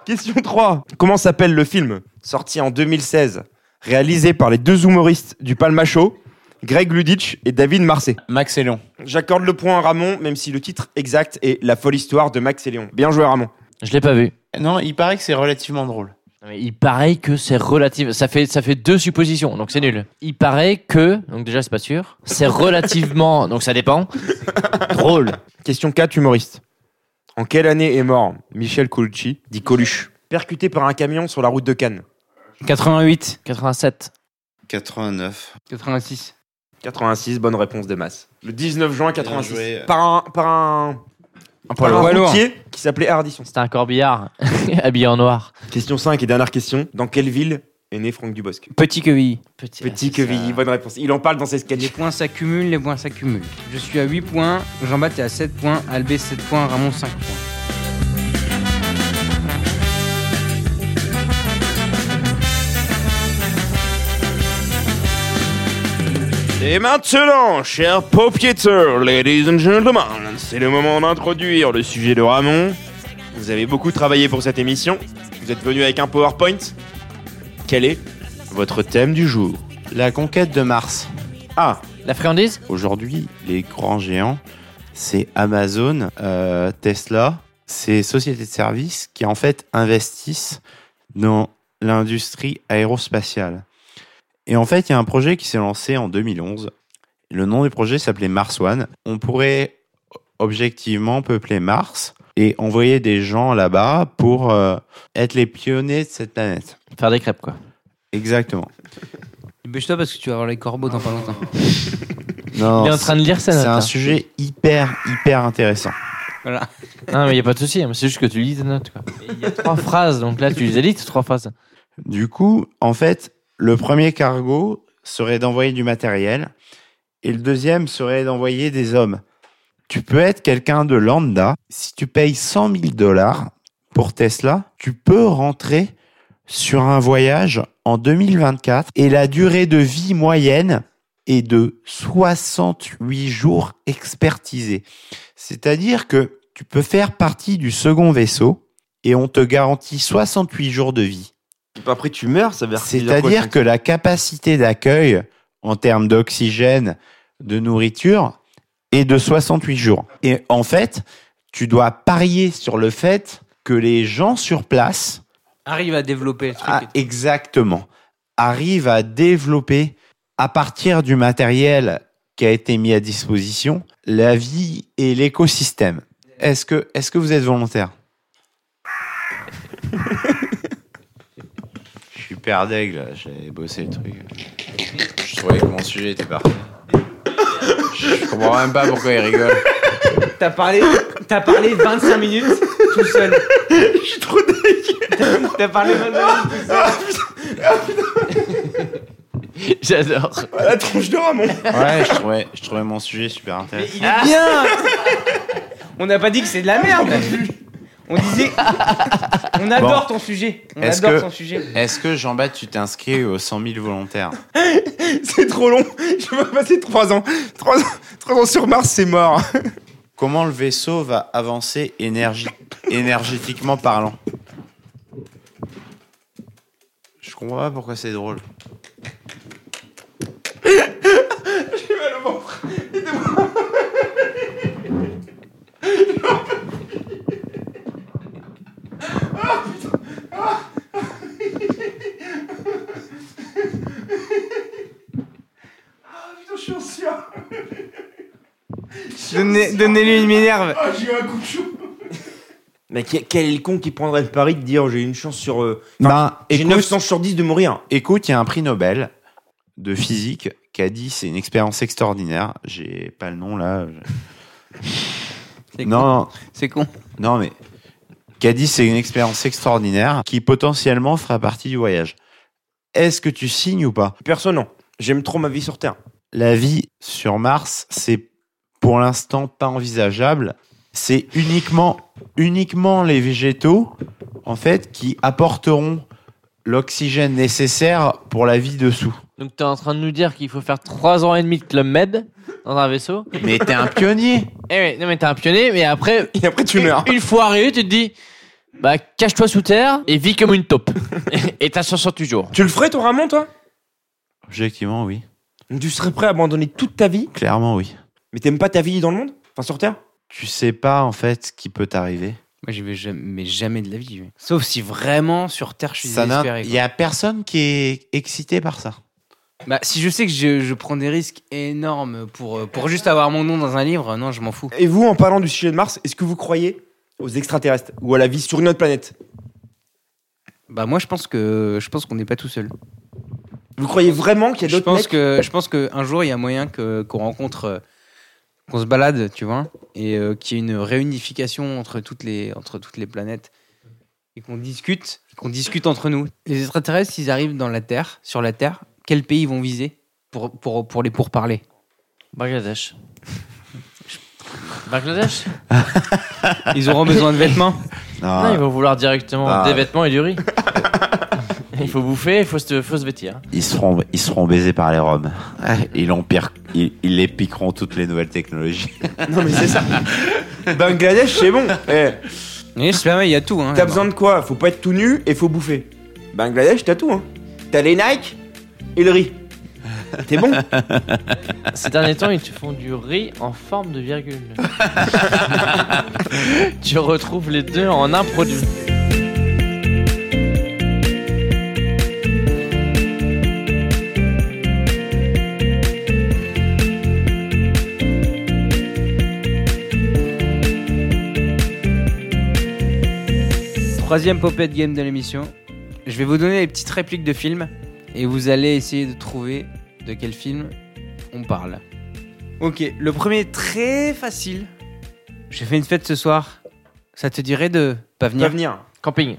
Speaker 2: Question 3. Comment s'appelle le film sorti en 2016, réalisé par les deux humoristes du Palma Show, Greg Ludich et David Marseille
Speaker 4: Max et Léon.
Speaker 2: J'accorde le point à Ramon, même si le titre exact est La folle histoire de Max et Léon. Bien joué, Ramon.
Speaker 5: Je l'ai pas vu.
Speaker 4: Non, il paraît que c'est relativement drôle.
Speaker 5: Non, mais Il paraît que c'est relative. Ça fait, ça fait deux suppositions, donc c'est nul. Il paraît que, donc déjà c'est pas sûr, c'est relativement, donc ça dépend, drôle.
Speaker 2: Question 4, humoriste. En quelle année est mort Michel Colucci, dit Coluche Percuté par un camion sur la route de Cannes.
Speaker 1: 88,
Speaker 5: 87.
Speaker 4: 89.
Speaker 1: 86.
Speaker 2: 86, bonne réponse de masse. Le 19 juin 86.
Speaker 4: joué.
Speaker 2: Par un. Par un.
Speaker 1: poids
Speaker 2: par un
Speaker 1: lourd.
Speaker 2: routier qui s'appelait Hardisson.
Speaker 5: C'était un corbillard habillé en noir.
Speaker 2: Question 5 et dernière question. Dans quelle ville est né Franck Dubosc
Speaker 1: Petit Quevilly.
Speaker 2: Petit Quevilly, bonne réponse. Il en parle dans ses
Speaker 1: Les
Speaker 2: sketchs.
Speaker 1: points s'accumulent, les points s'accumulent. Je suis à 8 points, Jean-Baptiste est à 7 points, Albé 7 points, Ramon 5 points.
Speaker 10: Et maintenant, chers paupiéteurs, ladies and gentlemen, c'est le moment d'introduire le sujet de Ramon.
Speaker 2: Vous avez beaucoup travaillé pour cette émission. Vous êtes venu avec un PowerPoint. Quel est votre thème du jour
Speaker 4: La conquête de Mars.
Speaker 2: Ah,
Speaker 5: La friandise
Speaker 4: Aujourd'hui, les grands géants, c'est Amazon, euh, Tesla, ces sociétés de services qui en fait investissent dans l'industrie aérospatiale. Et en fait, il y a un projet qui s'est lancé en 2011. Le nom du projet s'appelait Mars One. On pourrait objectivement peupler Mars et envoyer des gens là-bas pour euh, être les pionniers de cette planète.
Speaker 5: Faire des crêpes, quoi.
Speaker 4: Exactement.
Speaker 1: Dépêche-toi parce que tu vas avoir les corbeaux dans pas longtemps.
Speaker 4: Non,
Speaker 5: Il est en
Speaker 4: c'est-
Speaker 5: train de lire hein. ça,
Speaker 4: c'est un sujet hyper, hyper intéressant.
Speaker 1: Voilà.
Speaker 5: Non, mais il a pas de souci, hein, c'est juste que tu lis tes notes, quoi. Il y a trois phrases, donc là tu les élites, trois phrases.
Speaker 4: Du coup, en fait, le premier cargo serait d'envoyer du matériel et le deuxième serait d'envoyer des hommes. Tu peux être quelqu'un de lambda. Si tu payes 100 000 dollars pour Tesla, tu peux rentrer sur un voyage en 2024 et la durée de vie moyenne est de 68 jours expertisés. C'est-à-dire que tu peux faire partie du second vaisseau et on te garantit 68 jours de vie.
Speaker 3: Après, tu meurs, ça veut dire
Speaker 4: C'est-à-dire que la capacité d'accueil en termes d'oxygène, de nourriture, est de 68 jours. Et en fait, tu dois parier sur le fait que les gens sur place,
Speaker 1: Arrive à développer le truc.
Speaker 4: ah, exactement, arrivent à développer, à partir du matériel qui a été mis à disposition, la vie et l'écosystème. Est-ce que, est que vous êtes volontaire
Speaker 11: Je suis père d'aigle, j'avais bossé le truc. Je trouvais que mon sujet était parfait. Je comprends même pas pourquoi il rigole.
Speaker 1: T'as parlé, t'as parlé 25 minutes tout seul. Je suis trop dégueu. T'as parlé 25 minutes.
Speaker 5: J'adore.
Speaker 3: la tronche de Ramon.
Speaker 4: Ouais, je trouvais, je trouvais mon sujet super intéressant.
Speaker 1: Bien. On n'a pas dit que c'est de la merde. On disait, on adore ton sujet. On
Speaker 4: Est-ce
Speaker 1: adore
Speaker 4: que-
Speaker 1: ton sujet.
Speaker 4: Est-ce que Jean-Baptiste, tu t'es inscrit aux 100 000 volontaires
Speaker 3: C'est trop long. Je vais passer 3 ans. 3 ans, trois ans sur Mars, c'est mort.
Speaker 4: Comment le vaisseau va avancer énergi- énergétiquement parlant Je comprends pas pourquoi c'est drôle.
Speaker 1: Donnez- Donnez-lui une minerve.
Speaker 3: Mais que- quel est le con qui prendrait le pari de dire j'ai une chance sur. euh,
Speaker 4: Ben,
Speaker 3: j'ai
Speaker 4: écoute,
Speaker 3: 900 sur 10 de mourir.
Speaker 4: écoute, il y a un prix Nobel de physique qui a dit c'est une expérience extraordinaire. J'ai pas le nom là.
Speaker 1: C'est
Speaker 4: Non, non,
Speaker 1: C'est con.
Speaker 4: non, mais qui a dit c'est une expérience extraordinaire qui potentiellement fera partie du voyage. Est-ce que tu signes ou pas
Speaker 3: Personne, non. J'aime trop ma vie sur Terre.
Speaker 4: la vie sur Mars, c'est pour l'instant pas envisageable. C'est uniquement, uniquement les végétaux, en fait, qui apporteront l'oxygène nécessaire pour la vie dessous.
Speaker 5: Donc t'es en train de nous dire qu'il faut faire 3 ans et demi de Club Med dans un vaisseau
Speaker 4: Mais t'es un pionnier.
Speaker 5: Eh ouais, non mais t'es un pionnier, mais après,
Speaker 3: Et après, tu
Speaker 5: une,
Speaker 3: meurs.
Speaker 5: une fois arrivé, tu te dis, bah cache-toi sous terre et vis comme une taupe. et t'as 68 jours.
Speaker 3: Tu le ferais, toi, Ramon, toi
Speaker 4: Objectivement, oui.
Speaker 3: Tu serais prêt à abandonner toute ta vie
Speaker 4: Clairement, oui.
Speaker 3: Mais t'aimes pas ta vie dans le monde Enfin, sur Terre
Speaker 4: Tu sais pas, en fait, ce qui peut t'arriver.
Speaker 1: Moi, j'y vais jamais, mais jamais de la vie. ouais. Sauf si vraiment sur Terre, je suis
Speaker 4: Ça n'a-
Speaker 1: désespéré.
Speaker 4: Il
Speaker 1: quoi.
Speaker 4: y a personne qui est excité par ça.
Speaker 1: Bah, si je sais que je, je prends des risques énormes pour, euh, pour juste avoir mon nom dans un livre, non, je m'en fous.
Speaker 3: Et vous, en parlant du sujet de Mars, est-ce que vous croyez aux extraterrestres ou à la vie sur une autre planète
Speaker 1: Bah, moi, je pense que je pense qu'on n'est pas tout seul.
Speaker 3: Vous croyez vraiment qu'il y a
Speaker 1: Je
Speaker 3: d'autres
Speaker 1: pense
Speaker 3: mecs
Speaker 1: que je pense que un jour, il y a moyen que qu'on rencontre, euh, qu'on se balade, tu vois, et euh, qu'il y ait une réunification entre toutes les entre toutes les planètes et qu'on discute, qu'on discute entre nous. Les extraterrestres, s'ils arrivent dans la Terre, sur la Terre, quel pays ils vont viser pour pour pour les pourparler
Speaker 5: Bangladesh. Bangladesh
Speaker 1: Ils auront besoin de vêtements.
Speaker 4: Non,
Speaker 5: Non, ils vont vouloir directement
Speaker 4: Ah.
Speaker 5: des vêtements et du riz. il faut bouffer, il faut se, faut se vêtir.
Speaker 4: ils seront, ils seront baisés par les Roms. Ils, en pire- ils, ils les piqueront toutes les
Speaker 3: Bah,
Speaker 4: nouvelles technologies.
Speaker 3: Non, mais c'est ça. Bangladesh, c'est bon. Eh,
Speaker 1: Mais c'est pas mal, il y a tout. Hein,
Speaker 3: t'as besoin de quoi Faut pas être tout nu et faut bouffer. Bangladesh, t'as tout. Hein. T'as les Nike et le riz. T'es bon.
Speaker 5: Ces derniers temps, ils te font du riz en forme de virgule. tu retrouves les deux en un produit.
Speaker 1: Troisième popette game de l'émission. Je vais vous donner les petites répliques de films et vous allez essayer de trouver de quel film on parle. Ok, le premier est très facile. J'ai fait une fête ce soir. Ça te dirait de pas
Speaker 3: Va
Speaker 1: venir
Speaker 3: venir.
Speaker 5: Camping.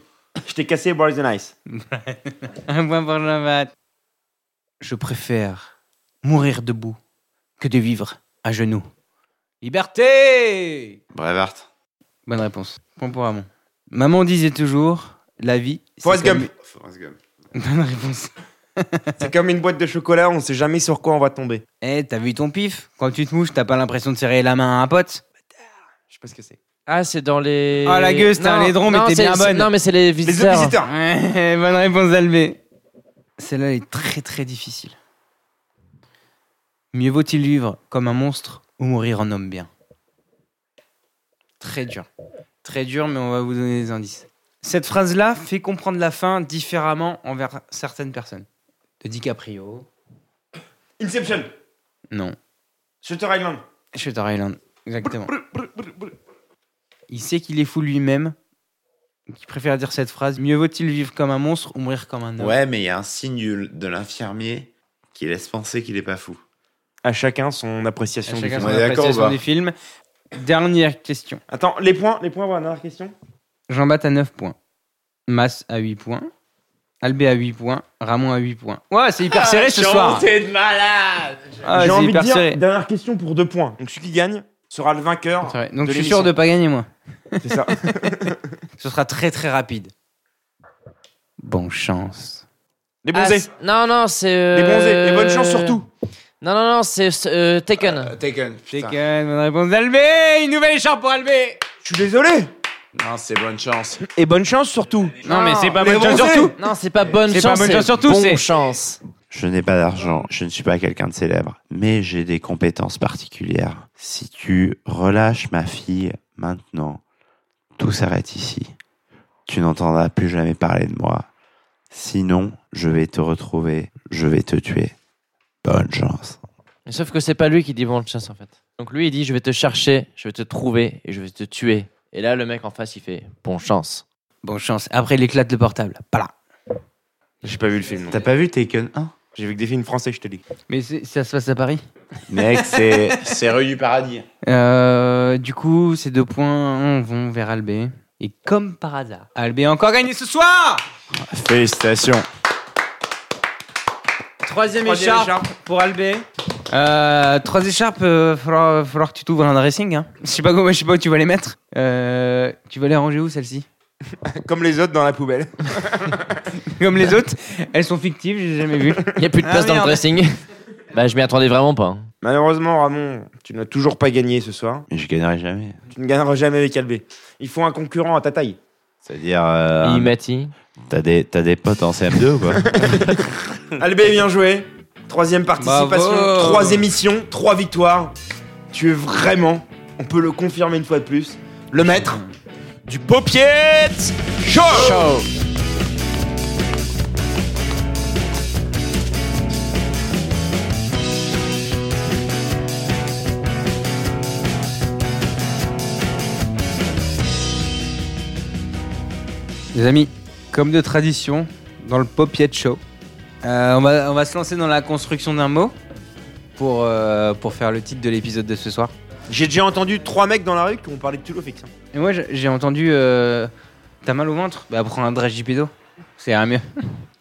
Speaker 3: Je t'ai cassé Boys and Ice.
Speaker 1: Un point pour la mat. Je préfère mourir debout que de vivre à genoux. Liberté
Speaker 4: Brevard.
Speaker 1: Bonne réponse. Point pour Ramon. Maman disait toujours, la vie, c'est
Speaker 3: Forrest
Speaker 1: comme-
Speaker 3: Gump.
Speaker 1: Bonne réponse.
Speaker 2: C'est comme une boîte de chocolat, on sait jamais sur quoi on va tomber.
Speaker 1: Eh, t'as vu ton pif Quand tu te mouches, t'as pas l'impression de serrer la main à un pote
Speaker 2: Je sais pas ce que c'est.
Speaker 5: Ah, c'est dans les.
Speaker 1: Ah, la gueule, c'était un
Speaker 5: Non,
Speaker 1: laidron, mais
Speaker 5: non,
Speaker 1: t'es
Speaker 5: c'est-
Speaker 1: bien
Speaker 5: c'est-
Speaker 1: bonne.
Speaker 5: Non, mais c'est les
Speaker 2: Les autres
Speaker 5: visiteurs.
Speaker 2: visiteurs
Speaker 1: Ouais, Bonne réponse d'Albé. Celle-là elle est très très difficile. Mieux vaut-il vivre comme un monstre ou mourir en homme bien Très dur. Très dur, mais on va vous donner des indices. Cette phrase-là fait comprendre la fin différemment envers certaines personnes. De DiCaprio.
Speaker 2: Inception
Speaker 1: Non.
Speaker 2: Shutter Island
Speaker 1: Shutter Island. Exactement. Il sait qu'il est fou lui-même. Qui préfère dire cette phrase Mieux vaut-il vivre comme un monstre ou mourir comme un homme
Speaker 4: Ouais, mais il y a un signe de l'infirmier qui laisse penser qu'il est pas fou.
Speaker 2: À chacun son appréciation.
Speaker 1: Chacun
Speaker 2: du
Speaker 1: son
Speaker 2: film.
Speaker 4: Ouais, d'accord,
Speaker 1: appréciation
Speaker 4: bah.
Speaker 1: du film. Dernière question.
Speaker 2: Attends, les points, les points avant la dernière question
Speaker 1: jean bat à 9 points. Mas à 8 points. Albé à 8 points. Ramon à 8 points. Ouais, c'est hyper serré ce soir.
Speaker 12: Ah, T'es de malade
Speaker 1: Ah,
Speaker 2: J'ai
Speaker 1: c'est
Speaker 2: envie de
Speaker 1: hyper
Speaker 2: dire,
Speaker 1: serré.
Speaker 2: dernière question pour deux points. Donc celui qui gagne sera le vainqueur.
Speaker 1: C'est vrai. Donc
Speaker 2: de
Speaker 1: je suis sûr de
Speaker 2: l'émission.
Speaker 1: pas gagner moi.
Speaker 2: C'est ça.
Speaker 1: Ce sera très très rapide. Bonne chance.
Speaker 2: Les
Speaker 5: Ah,
Speaker 2: bronzés
Speaker 5: c'est- non, non, c'est. euh,
Speaker 2: Les bronzés, les bonnes chances surtout
Speaker 5: Non, non, non, c'est euh, Taken.
Speaker 12: Ah, Taken, putain.
Speaker 1: Taken, bonne réponse d'Albé. Une nouvelle écharpe pour Albé.
Speaker 2: Je suis désolé
Speaker 12: Non, c'est bonne chance.
Speaker 2: Et bonne chance surtout
Speaker 1: Non mais c'est pas
Speaker 2: les
Speaker 1: bonne chance
Speaker 2: bronzés.
Speaker 1: euh, surtout.
Speaker 5: Non, c'est pas bonne
Speaker 1: C'est
Speaker 5: chance.
Speaker 1: pas bonne chance surtout, c'est-
Speaker 5: Bonne chance.
Speaker 4: Je n'ai pas d'argent, je ne suis pas quelqu'un de célèbre, mais j'ai des compétences particulières. Si tu relâches ma fille maintenant, tout s'arrête ici. Tu n'entendras plus jamais parler de moi. Sinon, je vais te retrouver, je vais te tuer. Bonne chance.
Speaker 5: Mais Sauf que c'est pas lui qui dit bonne chance en fait. Donc lui il dit je vais te chercher, je vais te trouver et je vais te tuer. Et là le mec en face il fait bonne chance.
Speaker 1: Bonne chance. Après il éclate le portable. Pas là.
Speaker 2: J'ai pas vu le film. non.
Speaker 4: T'as pas vu Taken 1
Speaker 2: J'ai vu que des films français, je te dis.
Speaker 1: Mais c'est- ça se passe à Paris.
Speaker 4: Mec, c'est c'est rue du paradis.
Speaker 1: Euh, du coup, ces deux points vont vers Albé. Et comme par hasard, Albé a encore gagné ce soir
Speaker 4: Félicitations.
Speaker 1: Troisième,
Speaker 2: Troisième
Speaker 1: écharpe,
Speaker 2: écharpe.
Speaker 1: pour Albé. Euh, trois écharpes, euh, faudra, faudra que tu t'ouvres un dressing. Hein. Je sais pas comment, je sais pas où tu vas les mettre. Euh, tu vas les ranger où celles-ci
Speaker 2: Comme les autres dans la poubelle.
Speaker 1: Comme les autres, elles sont fictives, j'ai jamais vu.
Speaker 5: Il y a plus de
Speaker 1: Ah,
Speaker 5: place dans le
Speaker 1: merde.
Speaker 5: dressing. bah je m'y attendais vraiment pas. hein.
Speaker 2: Malheureusement, Ramon, tu n'as toujours pas gagné ce soir.
Speaker 4: Je gagnerai jamais.
Speaker 2: Tu ne gagneras jamais avec Albé. Il faut un concurrent à ta taille.
Speaker 4: C'est-à-dire, euh,
Speaker 5: Il Mati.
Speaker 4: t'as des t'as des potes en CM2 ou quoi
Speaker 2: Albé, bien joué. Troisième participation,
Speaker 1: Bravo.
Speaker 2: trois émissions, trois victoires. Tu es vraiment, on peut le confirmer une fois de plus, le maître du Popiette Show.
Speaker 1: Les amis, comme de tradition, dans le Popiette Show, euh, on, va, on va se lancer dans la construction d'un mot pour, euh, pour faire le titre de l'épisode de ce soir.
Speaker 2: J'ai déjà entendu trois mecs dans la rue qui ont parlé de hein. Tulofix.
Speaker 1: Et moi, j'ai- j'ai entendu. euh, T'as mal au ventre Bah, prends un dress Jipedo. C'est un mieux.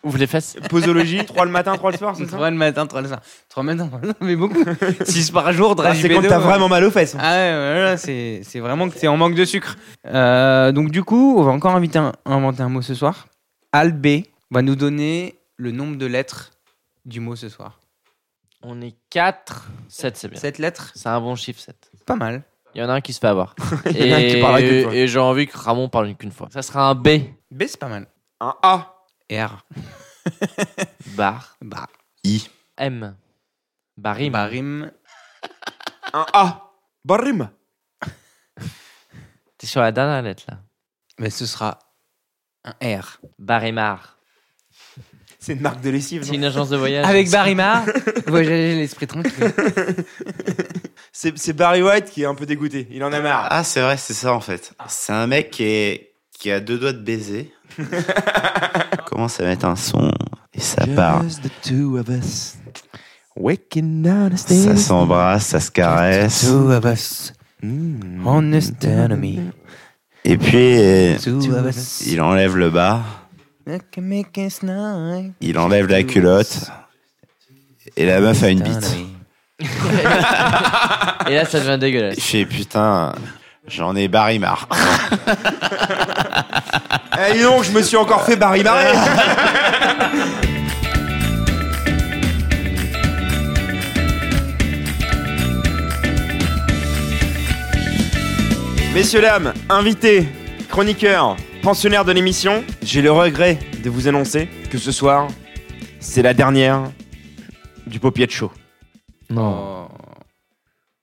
Speaker 5: Ouvre les fesses.
Speaker 2: Posologie, trois le matin, trois le soir, c'est ça
Speaker 1: 3 le matin, 3 le soir. 3 le matin, trois le soir, mais beaucoup. 6 par jour,
Speaker 2: Ah,
Speaker 1: dress
Speaker 2: C'est
Speaker 1: Jipedo.
Speaker 2: quand t'as vraiment mal aux fesses. hein.
Speaker 1: Ah ouais, voilà, c'est c'est vraiment que t'es en manque de sucre. Euh, donc, du coup, on va encore inviter un- inventer un mot ce soir. Albé va nous donner le nombre de lettres du mot ce soir.
Speaker 5: On est 4. 7 c'est bien.
Speaker 1: 7 lettres,
Speaker 5: C'est un bon chiffre 7.
Speaker 1: pas mal.
Speaker 5: Il y en a un qui se fait avoir.
Speaker 2: Il y en a un qui parlera qu'une
Speaker 5: et
Speaker 2: fois.
Speaker 5: et j'ai envie que Ramon parle qu'une fois. Ça sera un B.
Speaker 1: B, c'est pas mal.
Speaker 2: Un A,
Speaker 1: R.
Speaker 5: Bar.
Speaker 1: Bah,
Speaker 5: M. Barim.
Speaker 1: bah, rime.
Speaker 2: un A. Barim.
Speaker 5: T'es sur la dernière lettre là.
Speaker 1: Mais ce sera un R.
Speaker 5: Barimar.
Speaker 2: C'est une marque de lessive.
Speaker 5: C'est
Speaker 2: non
Speaker 5: une agence de voyage.
Speaker 1: Avec Barrymar, voyager l'esprit tranquille.
Speaker 2: C'est c'est Barry White qui est un peu dégoûté. Il en a marre.
Speaker 4: Ah, c'est vrai, c'est ça en fait. C'est un mec qui, est... qui a deux doigts de baiser. commence à mettre un son et ça part. Ça s'embrasse, ça se caresse.
Speaker 1: Two of us on this enemy.
Speaker 4: Et puis, euh,
Speaker 1: Two of us.
Speaker 4: il enlève le bas,
Speaker 1: That can make us nice.
Speaker 4: il enlève la culotte. Et la meuf a une bite.
Speaker 5: Et là ça devient dégueulasse.
Speaker 4: Il fait putain, j'en ai barré marre.
Speaker 2: Eh dis donc, je me suis encore fait Barry Marais. Messieurs, dames, invités, chroniqueurs, pensionnaires de l'émission, j'ai le regret de vous annoncer que ce soir, c'est la dernière du Popiet Show.
Speaker 1: Non.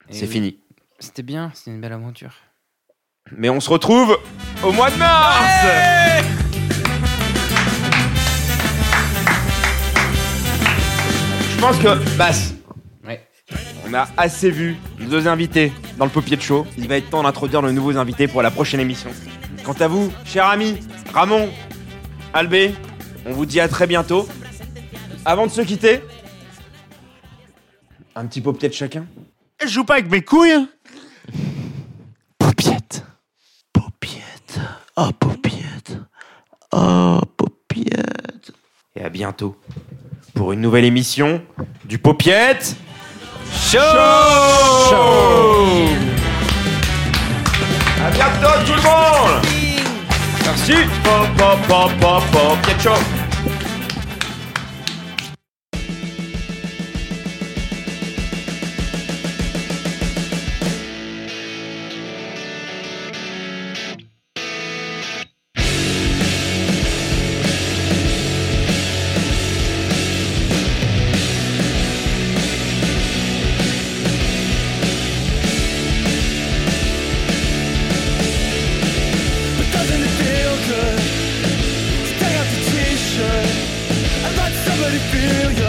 Speaker 2: C'est
Speaker 4: Eh
Speaker 2: fini.
Speaker 1: Oh. C'était bien, c'était une belle aventure.
Speaker 2: Mais on se retrouve au mois de mars Je pense que, Bass,
Speaker 1: Ouais.
Speaker 2: on a assez vu nos deux invités dans le Popiet Show. Il va être temps d'introduire nos nouveaux invités pour la prochaine émission. Quant à vous, chers amis, Ramon, Albé, on vous dit à très bientôt. Avant de se quitter, un petit Popiet chacun.
Speaker 13: Je joue pas avec mes couilles hein.
Speaker 14: Poupiette.
Speaker 13: Paupiette. Oh, paupiette. Oh, paupiette.
Speaker 2: et à bientôt pour une nouvelle émission du Popiette Show. À bientôt tout le monde. Merci. Pop pop pop pop Popiette Show.
Speaker 9: feel you